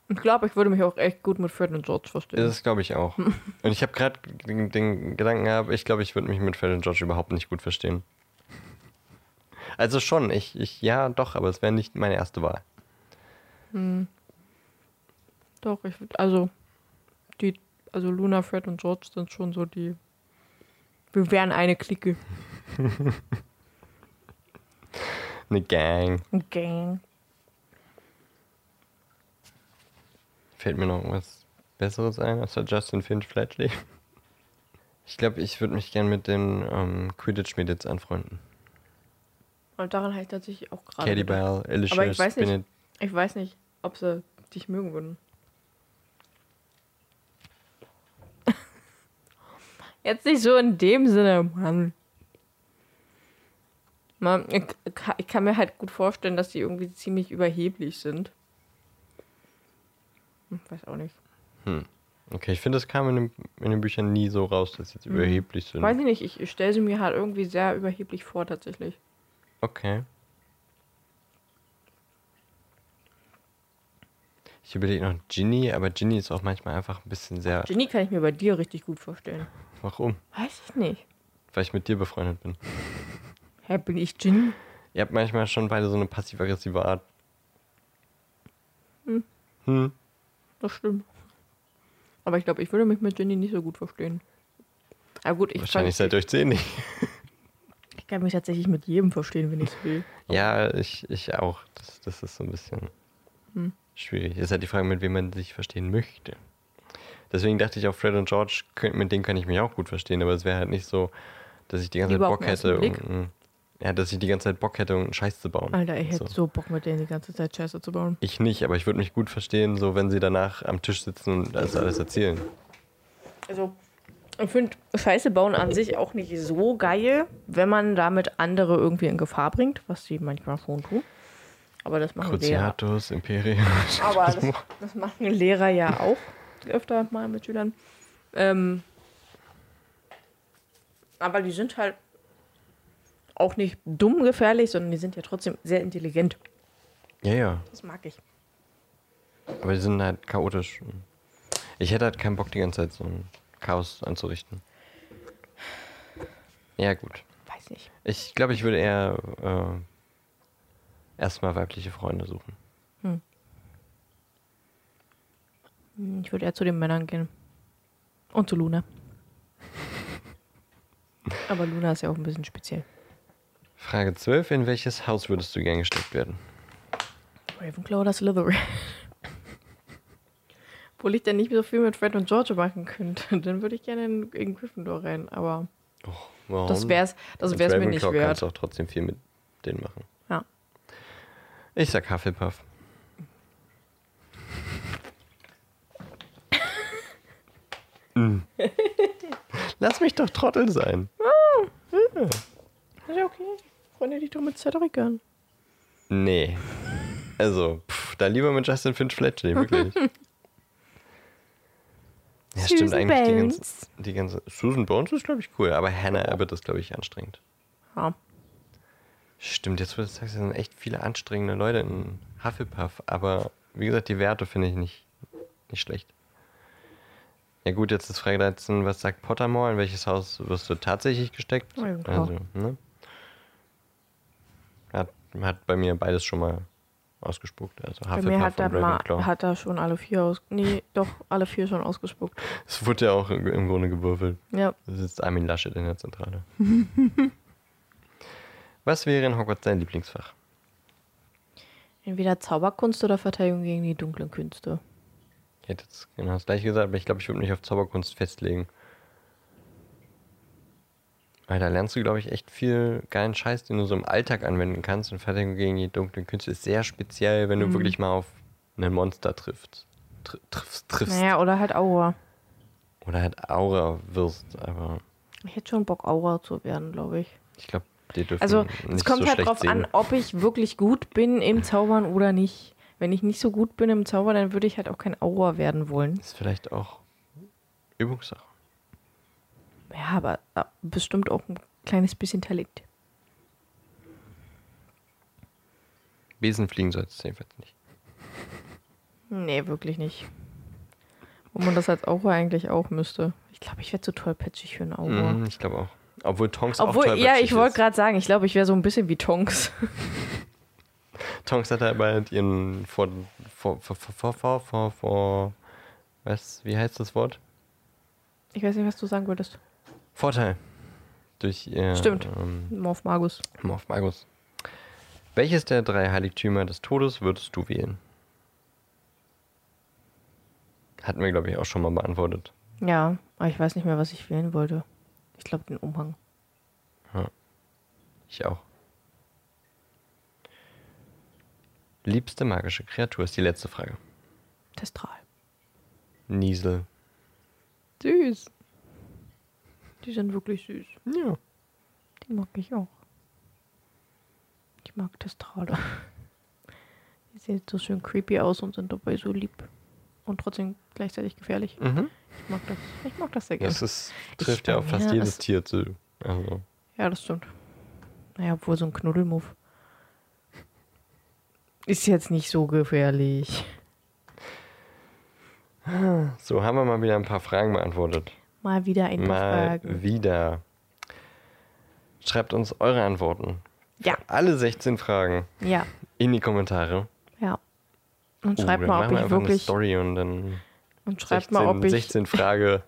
Speaker 5: Ich glaube, ich würde mich auch echt gut mit Fred und George verstehen.
Speaker 2: Das glaube ich auch. Und ich habe gerade den, den Gedanken gehabt, ich glaube, ich würde mich mit Fred und George überhaupt nicht gut verstehen. Also schon, ich, ich ja, doch, aber es wäre nicht meine erste Wahl.
Speaker 5: Doch, ich würd- also die also Luna, Fred und George sind schon so die wir wären eine Clique.
Speaker 2: Eine Gang.
Speaker 5: Und Gang.
Speaker 2: Fällt mir noch irgendwas Besseres ein, außer Justin Finch Fletchley? Ich glaube, ich würde mich gern mit den ähm, Quidditch-Mädels anfreunden.
Speaker 5: Und daran habe ich tatsächlich auch gerade.
Speaker 2: Katie
Speaker 5: gedacht.
Speaker 2: Bell, Alicia
Speaker 5: Ah, Aber ich weiß nicht-
Speaker 2: Spinnet.
Speaker 5: Ich weiß nicht, ob sie dich mögen würden. Jetzt nicht so in dem Sinne, Mann. Man, ich, ka- ich kann mir halt gut vorstellen, dass die irgendwie ziemlich überheblich sind. Hm, weiß auch nicht.
Speaker 2: Okay, ich finde, das kam in den, in den Büchern nie so raus, dass sie jetzt überheblich sind.
Speaker 5: Mhm. Weiß ich nicht, ich, ich stelle sie mir halt irgendwie sehr überheblich vor, tatsächlich.
Speaker 2: Okay. Ich überlege noch Ginny, aber Ginny ist auch manchmal einfach ein bisschen sehr.
Speaker 5: Ginny kann ich mir bei dir richtig gut vorstellen.
Speaker 2: Warum?
Speaker 5: Weiß ich nicht.
Speaker 2: Weil ich mit dir befreundet bin.
Speaker 5: Hä, bin ich Ginny?
Speaker 2: Ihr habt manchmal schon beide so eine passiv-aggressive Art. Hm.
Speaker 5: Das stimmt. Aber ich glaube, ich würde mich mit Ginny nicht so gut verstehen. Aber gut, ich,
Speaker 2: Wahrscheinlich
Speaker 5: kann,
Speaker 2: seid ihr euch zähnig.
Speaker 5: ich kann mich tatsächlich mit jedem verstehen, wenn ich will.
Speaker 2: Ja, ich, ich auch. Das, das ist so ein bisschen Hm. schwierig. Ist halt die Frage, mit wem man sich verstehen möchte. Deswegen dachte ich auch, Fred und George, könnt- mit denen kann ich mich auch gut verstehen, aber es wäre halt nicht so, dass ich die ganze
Speaker 5: Lieber
Speaker 2: Zeit
Speaker 5: auf
Speaker 2: Bock
Speaker 5: den
Speaker 2: hätte,
Speaker 5: ersten Blick.
Speaker 2: irgendeinen- ja, dass ich die ganze Zeit Bock hätte, irgendeinen Scheiß zu bauen.
Speaker 5: Alter, ich hätte
Speaker 2: so.
Speaker 5: so Bock mit denen die ganze Zeit Scheiße zu bauen.
Speaker 2: Ich nicht, aber ich würde mich gut verstehen, so wenn sie danach am Tisch sitzen und das alles erzählen.
Speaker 5: Also, ich finde Scheiße bauen an sich auch nicht so geil, wenn man damit andere irgendwie in Gefahr bringt, was sie manchmal schon tun. Aber das machen wir ja
Speaker 2: Cruciatus, Imperium.
Speaker 5: Aber das, das machen Lehrer ja auch öfter mal mit Schülern. Ähm, aber die sind halt auch nicht dumm gefährlich, sondern die sind ja trotzdem sehr intelligent.
Speaker 2: Ja, ja.
Speaker 5: Das mag ich.
Speaker 2: Aber die sind halt chaotisch. Ich hätte halt keinen Bock, die ganze Zeit so ein Chaos anzurichten. Ja, gut.
Speaker 5: Weiß nicht.
Speaker 2: Ich glaube, ich würde eher äh, erstmal weibliche Freunde suchen.
Speaker 5: Hm, Ich würde eher zu den Männern gehen. Und zu Luna. Aber Luna ist ja auch ein bisschen speziell.
Speaker 2: Frage 12. In welches Haus würdest du gern gesteckt werden?
Speaker 5: Ravenclaw oder Slytherin? Obwohl ich dann nicht so viel mit Fred und George machen könnte. Dann würde ich gerne in, in Gryffindor rein, aber...
Speaker 2: Warum?
Speaker 5: Das wär's, das
Speaker 2: Als
Speaker 5: wär's mir nicht
Speaker 2: Ravenclaw kannst
Speaker 5: wert.
Speaker 2: du auch trotzdem viel mit denen machen.
Speaker 5: Ja.
Speaker 2: Ich sag Hufflepuff. Mm. Lass mich doch Trottel sein.
Speaker 5: Ist ja okay. Freunde dich doch mit Cedric an.
Speaker 2: Nee. Also, pff, da lieber mit Justin Finch Fletchley, wirklich. ja, stimmt
Speaker 5: Susan
Speaker 2: eigentlich. Die ganze,
Speaker 5: Bones.
Speaker 2: die ganze Susan Bones ist, glaube ich, cool, aber Hannah Abbott ist, glaube ich, anstrengend.
Speaker 5: Ja.
Speaker 2: Stimmt, jetzt wo du das sagst, da sind echt viele anstrengende Leute in Hufflepuff, aber wie gesagt, die Werte finde ich nicht, nicht schlecht. Ja gut, jetzt ist Frage 13, was sagt Pottermore, in welches Haus wirst du tatsächlich gesteckt?
Speaker 5: Ja, klar.
Speaker 2: Also, ne? Hat, hat bei mir beides schon mal ausgespuckt. Also
Speaker 5: Bei mir hat
Speaker 2: Hufflepuff
Speaker 5: er,
Speaker 2: und
Speaker 5: mal,
Speaker 2: Ravenclaw.
Speaker 5: hat er schon alle vier aus. Nee, doch, alle vier schon ausgespuckt.
Speaker 2: Es wurde ja auch im im Grunde gewürfelt.
Speaker 5: Ja.
Speaker 2: Da sitzt Armin Laschet in der Zentrale. was wäre in Hogwarts dein Lieblingsfach?
Speaker 5: Entweder Zauberkunst oder Verteidigung gegen die dunklen Künste.
Speaker 2: Ich hätte jetzt genau das gleiche gesagt, aber ich glaube, ich würde mich auf Zauberkunst festlegen. Weil da lernst du, glaube ich, echt viel geilen Scheiß, den du so im Alltag anwenden kannst. Und Verteidigung gegen die dunklen Künste ist sehr speziell, wenn du
Speaker 5: Mhm.
Speaker 2: wirklich mal auf ein Monster triffst. Tr triffst, triffst.
Speaker 5: Naja, oder halt Aura.
Speaker 2: Oder halt Aura wirst. Aber
Speaker 5: Ich hätte schon Bock, Aura zu werden, glaube ich.
Speaker 2: ich glaube, Die dürfen
Speaker 5: Also es
Speaker 2: nicht
Speaker 5: kommt
Speaker 2: so
Speaker 5: halt
Speaker 2: schlecht
Speaker 5: drauf
Speaker 2: sehen.
Speaker 5: an, ob ich wirklich gut bin im Zaubern oder nicht. Wenn ich nicht so gut bin im Zaubern, dann würde ich halt auch kein Aura werden wollen.
Speaker 2: Ist vielleicht auch Übungssache.
Speaker 5: Ja, aber äh, bestimmt auch ein kleines bisschen Talent.
Speaker 2: Besen fliegen soll es jedenfalls nicht.
Speaker 5: Nee, wirklich nicht. Wo man das als Aura eigentlich auch müsste. Ich glaube, ich wäre zu tollpatschig für ein Aura.
Speaker 2: Mhm, ich glaube auch. Obwohl Tonks auch
Speaker 5: Obwohl, ja,
Speaker 2: tollpatschig
Speaker 5: ich wollte
Speaker 2: ist.
Speaker 5: gerade sagen, ich glaube, ich wäre so ein bisschen wie Tonks.
Speaker 2: Tonks hat aber halt ihren vor, vor, vor, vor, vor, vor, vor, was, wie heißt das Wort?
Speaker 5: Ich weiß nicht, was du sagen würdest.
Speaker 2: Vorteil. Durch ihr
Speaker 5: Stimmt.
Speaker 2: Ähm,
Speaker 5: Morph Magus.
Speaker 2: Morph Magus. Welches der drei Heiligtümer des Todes würdest du wählen? Hatten wir, glaube ich, auch schon mal beantwortet.
Speaker 5: Ja, aber ich weiß nicht mehr, was ich wählen wollte. Ich glaube, den Umhang.
Speaker 2: Ich auch. Liebste magische Kreatur ist die letzte Frage.
Speaker 5: Testral.
Speaker 2: Niesel.
Speaker 5: Süß. Die sind wirklich süß.
Speaker 2: Ja.
Speaker 5: Die mag ich auch. Ich mag Testrale. Die sehen so schön creepy aus und sind dabei so lieb. Und trotzdem gleichzeitig gefährlich.
Speaker 2: Mhm.
Speaker 5: Ich mag das, ich mag das sehr gerne.
Speaker 2: Das ist, trifft
Speaker 5: Ich-
Speaker 2: ja auch fast
Speaker 5: ja,
Speaker 2: jedes
Speaker 5: es-
Speaker 2: Tier zu. Also,
Speaker 5: Ja, das stimmt. Naja, obwohl so ein Knuddelmuff ist jetzt nicht so gefährlich.
Speaker 2: so haben wir mal wieder ein paar Fragen beantwortet.
Speaker 5: Mal wieder ein paar
Speaker 2: mal
Speaker 5: Fragen.
Speaker 2: wieder. Schreibt uns eure Antworten.
Speaker 5: Ja,
Speaker 2: Alle 16 Fragen
Speaker 5: ja,
Speaker 2: in die Kommentare.
Speaker 5: ja. Und
Speaker 2: Oh,
Speaker 5: schreibt
Speaker 2: dann
Speaker 5: mal,
Speaker 2: machen wir
Speaker 5: ob ich
Speaker 2: einfach eine
Speaker 5: wirklich.
Speaker 2: Story und dann
Speaker 5: Und schreibt
Speaker 2: 16,
Speaker 5: mal, ob ich.
Speaker 2: 16 Frage.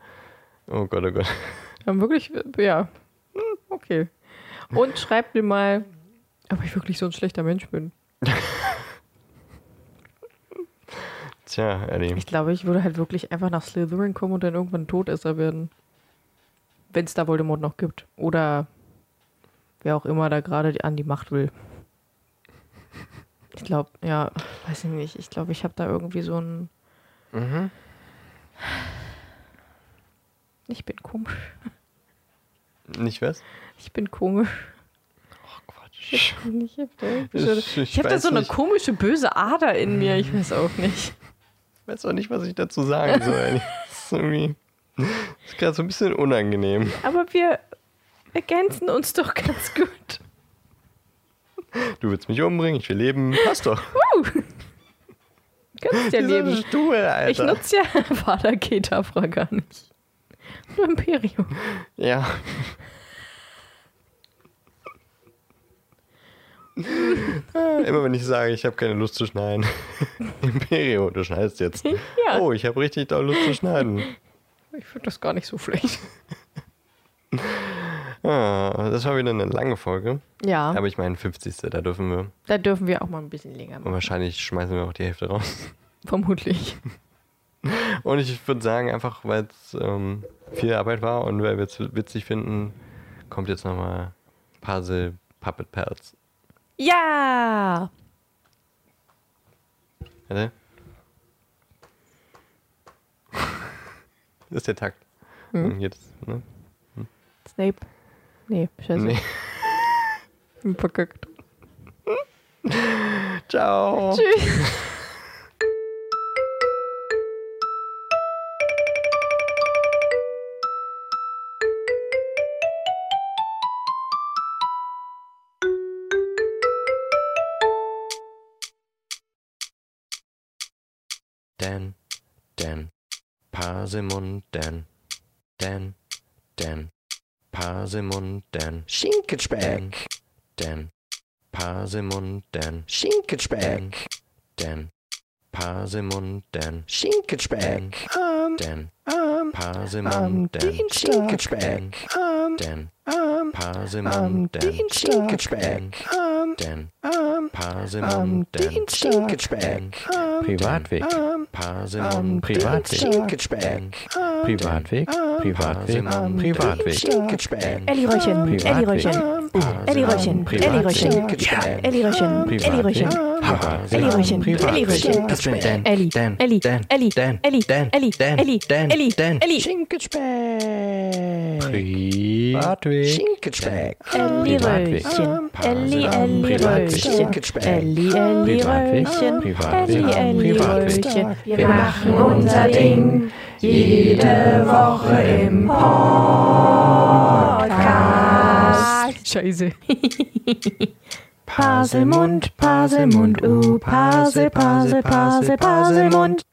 Speaker 2: Oh Gott, oh Gott.
Speaker 5: Ja, wirklich, ja. Hm, Okay. Und schreibt mir mal, ob ich wirklich so ein schlechter Mensch bin.
Speaker 2: Tja, Ellie.
Speaker 5: Ich glaube, ich würde halt wirklich einfach nach Slytherin kommen und dann irgendwann Todesser werden. Wenn es da Voldemort noch gibt. Oder wer auch immer da gerade an die Macht will. Ich glaube, ja, weiß ich nicht. Ich glaube, ich habe da irgendwie so ein. Ich bin komisch.
Speaker 2: Nicht was?
Speaker 5: Ich bin komisch.
Speaker 2: Ach Quatsch.
Speaker 5: Ich habe da, irgendwie so,
Speaker 2: Ich- ich
Speaker 5: ich hab da
Speaker 2: weiß
Speaker 5: so eine
Speaker 2: nicht.
Speaker 5: komische, böse Ader in mir. Ich weiß auch nicht.
Speaker 2: Ich weiß auch nicht, was ich dazu sagen soll, Ellie. Das ist irgendwie. Das ist gerade so ein bisschen unangenehm.
Speaker 5: Aber wir ergänzen uns doch ganz gut.
Speaker 2: Du willst mich umbringen, ich will leben. Passt doch.
Speaker 5: Uh. Kannst ja leben.
Speaker 2: Stuhl, Alter.
Speaker 5: Ich nutze ja Vadaketa-Fra gar nicht. Nur Imperium.
Speaker 2: Ja. Immer wenn ich sage, ich habe keine Lust zu schneiden. Imperio, du schneidest jetzt.
Speaker 5: Ja.
Speaker 2: Oh, ich habe richtig doll Lust zu schneiden.
Speaker 5: Ich finde das gar nicht so schlecht.
Speaker 2: Ah, das war wieder eine lange Folge.
Speaker 5: Ja,
Speaker 2: Aber ich meine 50. Da dürfen wir.
Speaker 5: da dürfen wir auch mal ein bisschen länger
Speaker 2: Und
Speaker 5: machen.
Speaker 2: wahrscheinlich schmeißen wir auch die Hälfte raus.
Speaker 5: Vermutlich.
Speaker 2: Und ich würde sagen, einfach weil es ähm, viel Arbeit war und weil wir es witzig finden, kommt jetzt nochmal Puzzle Puppet Pals.
Speaker 5: Ja!
Speaker 2: Warte. Das ist der Takt. Und Jetzt, ne?
Speaker 5: Snape. Nee, scheiße.
Speaker 2: Nee.
Speaker 5: Verkackt.
Speaker 2: Ciao.
Speaker 5: Tschüss.
Speaker 1: Dan, Dan, Pasimon, Dan, Dan, Dan, Pasimon, Dan, Dan,
Speaker 3: Schinkenspeck.
Speaker 1: Dan, Pasimon, Dan, Dan,
Speaker 3: Schinkenspeck.
Speaker 1: Dan, Pasimon, Dan,
Speaker 3: Schinkenspeck. Um,
Speaker 1: Dan,
Speaker 3: um,
Speaker 1: Pasimon,
Speaker 3: am
Speaker 1: Dan,
Speaker 3: Dienstag.
Speaker 1: Dan,
Speaker 3: Um,
Speaker 1: Dan,
Speaker 3: um,
Speaker 1: Pasimon,
Speaker 3: am
Speaker 1: Dan,
Speaker 3: Dienstag.
Speaker 1: Dan,
Speaker 3: Um,
Speaker 1: Dan,
Speaker 3: um,
Speaker 1: Pasimon,
Speaker 3: am
Speaker 1: Dan,
Speaker 3: Dienstag.
Speaker 1: Dan,
Speaker 3: Um,
Speaker 4: Privatweg.
Speaker 3: um,
Speaker 1: Pasimon,
Speaker 4: Privatweg.
Speaker 3: Schinkenspeck. Um,
Speaker 4: Privatweg. Privatweg.
Speaker 1: Pasimon,
Speaker 4: Privatweg.
Speaker 3: Schinkenspeck.
Speaker 6: Elli Röhrchen,
Speaker 4: Privatweg.
Speaker 6: Elli Röhrchen,
Speaker 3: Um,
Speaker 6: Elli Röhrchen, Elli Röhrchen, Elli Röhrchen, Ähm, Elli Röhrchen, Elli Röhrchen, Elli Röhrchen, Elli, Elli, Elli, Elli, Elli, Elli, Elli, Elli,
Speaker 3: Schinkenspeck.
Speaker 7: Bartwig.
Speaker 8: Schinkenspeck.
Speaker 3: Elli
Speaker 1: Privatweg.
Speaker 3: Röllchen. Elli,
Speaker 8: Pase-
Speaker 3: Elli
Speaker 1: Privatweg.
Speaker 3: Röllchen. Elli, Elli
Speaker 1: Privatweg.
Speaker 3: Röllchen.
Speaker 1: Privatweg.
Speaker 3: Elli, Elli
Speaker 1: Privatweg.
Speaker 3: Röllchen.
Speaker 6: Wir machen unser Ding jede Woche im Podcast.
Speaker 5: Scheiße.
Speaker 3: Paselmund, Paselmund, uh, Pase, Pase, Pase, Paselmund.